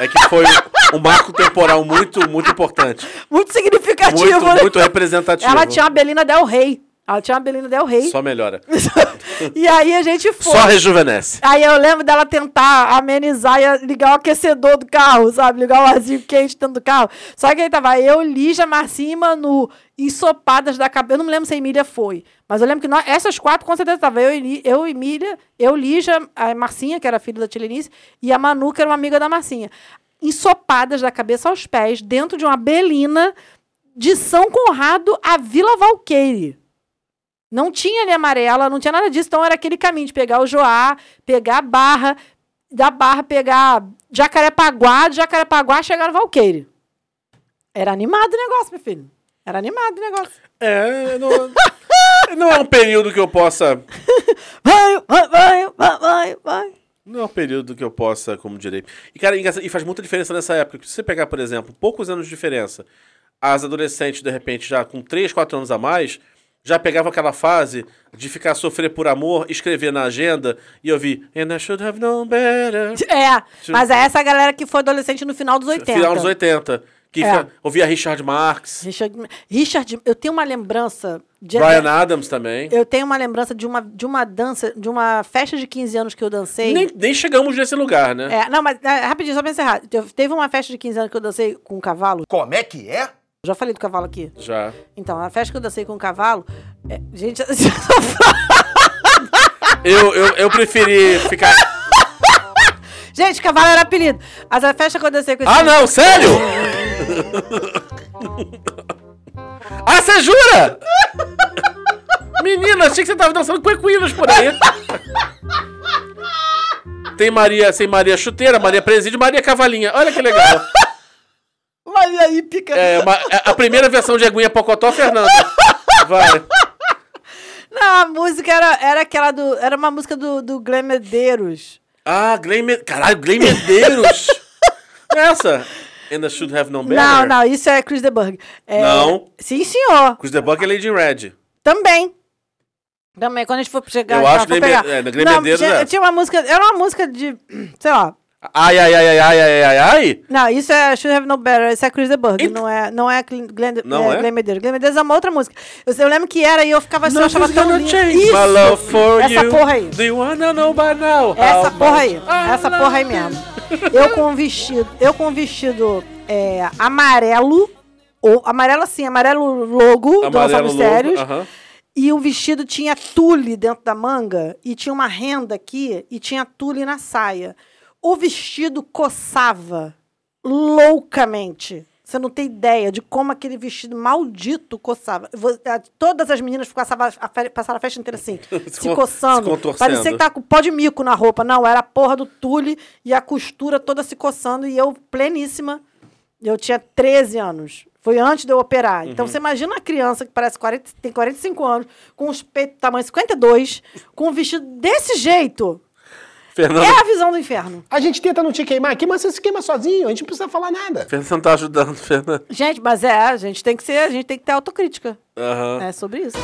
é que foi um- um marco temporal muito, muito importante. Muito significativo, Muito, né? muito representativo. Ela tinha uma belina Del Rey. Ela tinha uma belina Del Rey. Só melhora. e aí a gente foi. Só rejuvenesce. Aí eu lembro dela tentar amenizar e ligar o aquecedor do carro, sabe? Ligar o arzinho quente dentro do carro. Só que aí tava eu, Lígia, Marcinha e Manu, ensopadas da cabeça. Eu não me lembro se a Emília foi. Mas eu lembro que nós, essas quatro, com certeza, tava eu, e Li- eu Emília, eu, Lígia, a Marcinha, que era filha da Tilenice, e a Manu, que era uma amiga da Marcinha. Ensopadas da cabeça aos pés, dentro de uma belina de São Conrado a Vila Valqueire. Não tinha linha amarela, não tinha nada disso. Então era aquele caminho de pegar o Joá, pegar a Barra, da Barra pegar Jacarepaguá, de Jacarepaguá chegar no Valqueire. Era animado o negócio, meu filho. Era animado o negócio. É, não, não é um período que eu possa. Vai, vai, vai, vai, vai, vai. Não é um período que eu possa, como direi. E, cara, engraçado- e faz muita diferença nessa época. porque Se você pegar, por exemplo, poucos anos de diferença, as adolescentes, de repente, já com 3, 4 anos a mais, já pegavam aquela fase de ficar a sofrer por amor, escrever na agenda e ouvir And I should have known better. É, mas é essa galera que foi adolescente no final dos 80. Final dos 80. Que É. fica- ouvia Richard Marx, Richard, Richard, eu tenho uma lembrança de Brian Adams também. Eu tenho uma lembrança de uma, de uma dança, de uma festa de 15 anos que eu dancei. Nem, nem chegamos nesse lugar, né? É, não, mas é, rapidinho, só pra encerrar. Teve teve uma festa de 15 anos que eu dancei com um cavalo. Como é que é? Já falei do cavalo aqui. Já. Então, a festa que eu dancei com um cavalo. é, gente, Eu, eu, eu preferi ficar. gente, cavalo era apelido. Mas a festa que eu dancei com esse Ah, não, sério? ah, você jura? Menina, achei que você tava dançando com equinos por aí. Tem Maria, tem Maria Chuteira, Maria Presídio, Maria Cavalinha. Olha que legal. Mas e aí, pica. É, uma- é a primeira versão de Aguinha Pocotó, Fernanda. Vai. Não, a música era, era aquela do. Era uma música do, do Glenn Medeiros. Ah, Glenn... Me- Caralho, Glenn Medeiros. Essa. And I should have known better. Não, não, isso é Chris DeBurg. É, Não. Sim, senhor. Cruz the Buck é Lady Red. Também. Também, quando a gente for chegar. Eu lá, acho for Grêmio- é, no Grêmio Não, Mineiro, tinha, né? tinha uma música. Era uma música de. Sei lá. Ai, ai, ai, ai, ai, ai, ai, ai. Não, isso é Should Have No Better, isso é Chris the Burg, Ent- não é, não é Glenn, Glenn, Não é, é? Glenn Medeiros. Glenn Medeiros é uma outra música. Eu, eu lembro que era e eu ficava assim, eu achava Nothing's tão gonna lindo. change Isso! My love for Essa you. Ah, porra aí. Do you wanna know by now? Essa how porra aí, much I essa porra aí love you? mesmo. Eu com um vestido, eu com um vestido é, amarelo, ou amarelo assim, amarelo logo do Nós Amarelo Somos louco, Sérios. aham. E o vestido tinha tule dentro da manga, e tinha uma renda aqui, e tinha tule na saia. O vestido coçava loucamente. Você não tem ideia de como aquele vestido maldito coçava. Vo- a- Todas as meninas passavam a fe- passaram a festa inteira assim, se con- se coçando. contorcendo. Parecia que tava com pó de mico na roupa. Não, era a porra do tule e a costura toda se coçando. E eu, pleníssima, eu tinha 13 anos. Foi antes de eu operar. Então você imagina uma criança que parece 40, tem 45 anos, com os peitos tamanho 52, com um vestido desse jeito. Fernando, É a visão do inferno. A gente tenta não te queimar aqui, mas você se queima sozinho, a gente não precisa falar nada. Fernando tá ajudando, Fernando. Gente, mas é, a gente tem que ser, a gente tem que ter autocrítica. Aham. É sobre isso.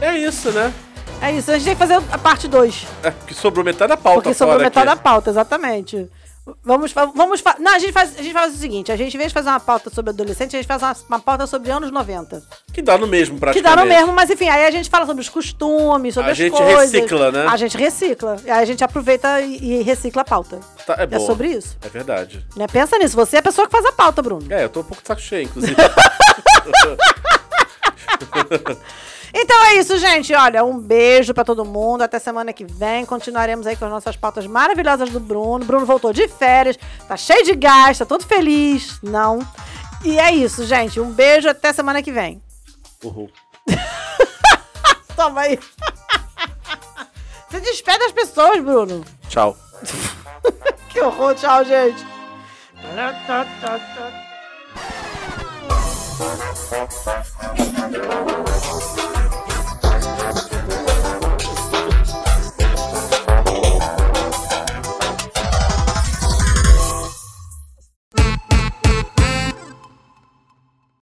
É isso, né? É isso, a gente tem que fazer a parte 2. É, que sobrou metade da pauta Porque sobrou fora metade da aqui. pauta, exatamente. Vamos, fa- vamos fa- Não, a gente, faz, a gente faz o seguinte: a gente, em vez de fazer uma pauta sobre adolescente, a gente faz uma, uma pauta sobre anos 90. Que dá no mesmo, Que praticamente. dá no mesmo, mas enfim, aí a gente fala sobre os costumes, sobre A as gente coisas. recicla, né? A gente recicla. E aí a gente aproveita e, e recicla a pauta. Tá, é, boa. sobre isso. É verdade. Né? Pensa nisso, você é a pessoa que faz a pauta, Bruno. É, eu tô um pouco de saco cheio, inclusive. Então é isso, gente. Olha, um beijo pra todo mundo. Até semana que vem. Continuaremos aí com as nossas pautas maravilhosas do Bruno. Bruno voltou de férias, tá cheio de gás, tá todo feliz. Não. E é isso, gente. Um beijo até semana que vem. Uhul. Toma aí. Você despede as pessoas, Bruno. Tchau. Que horror. Tchau, gente.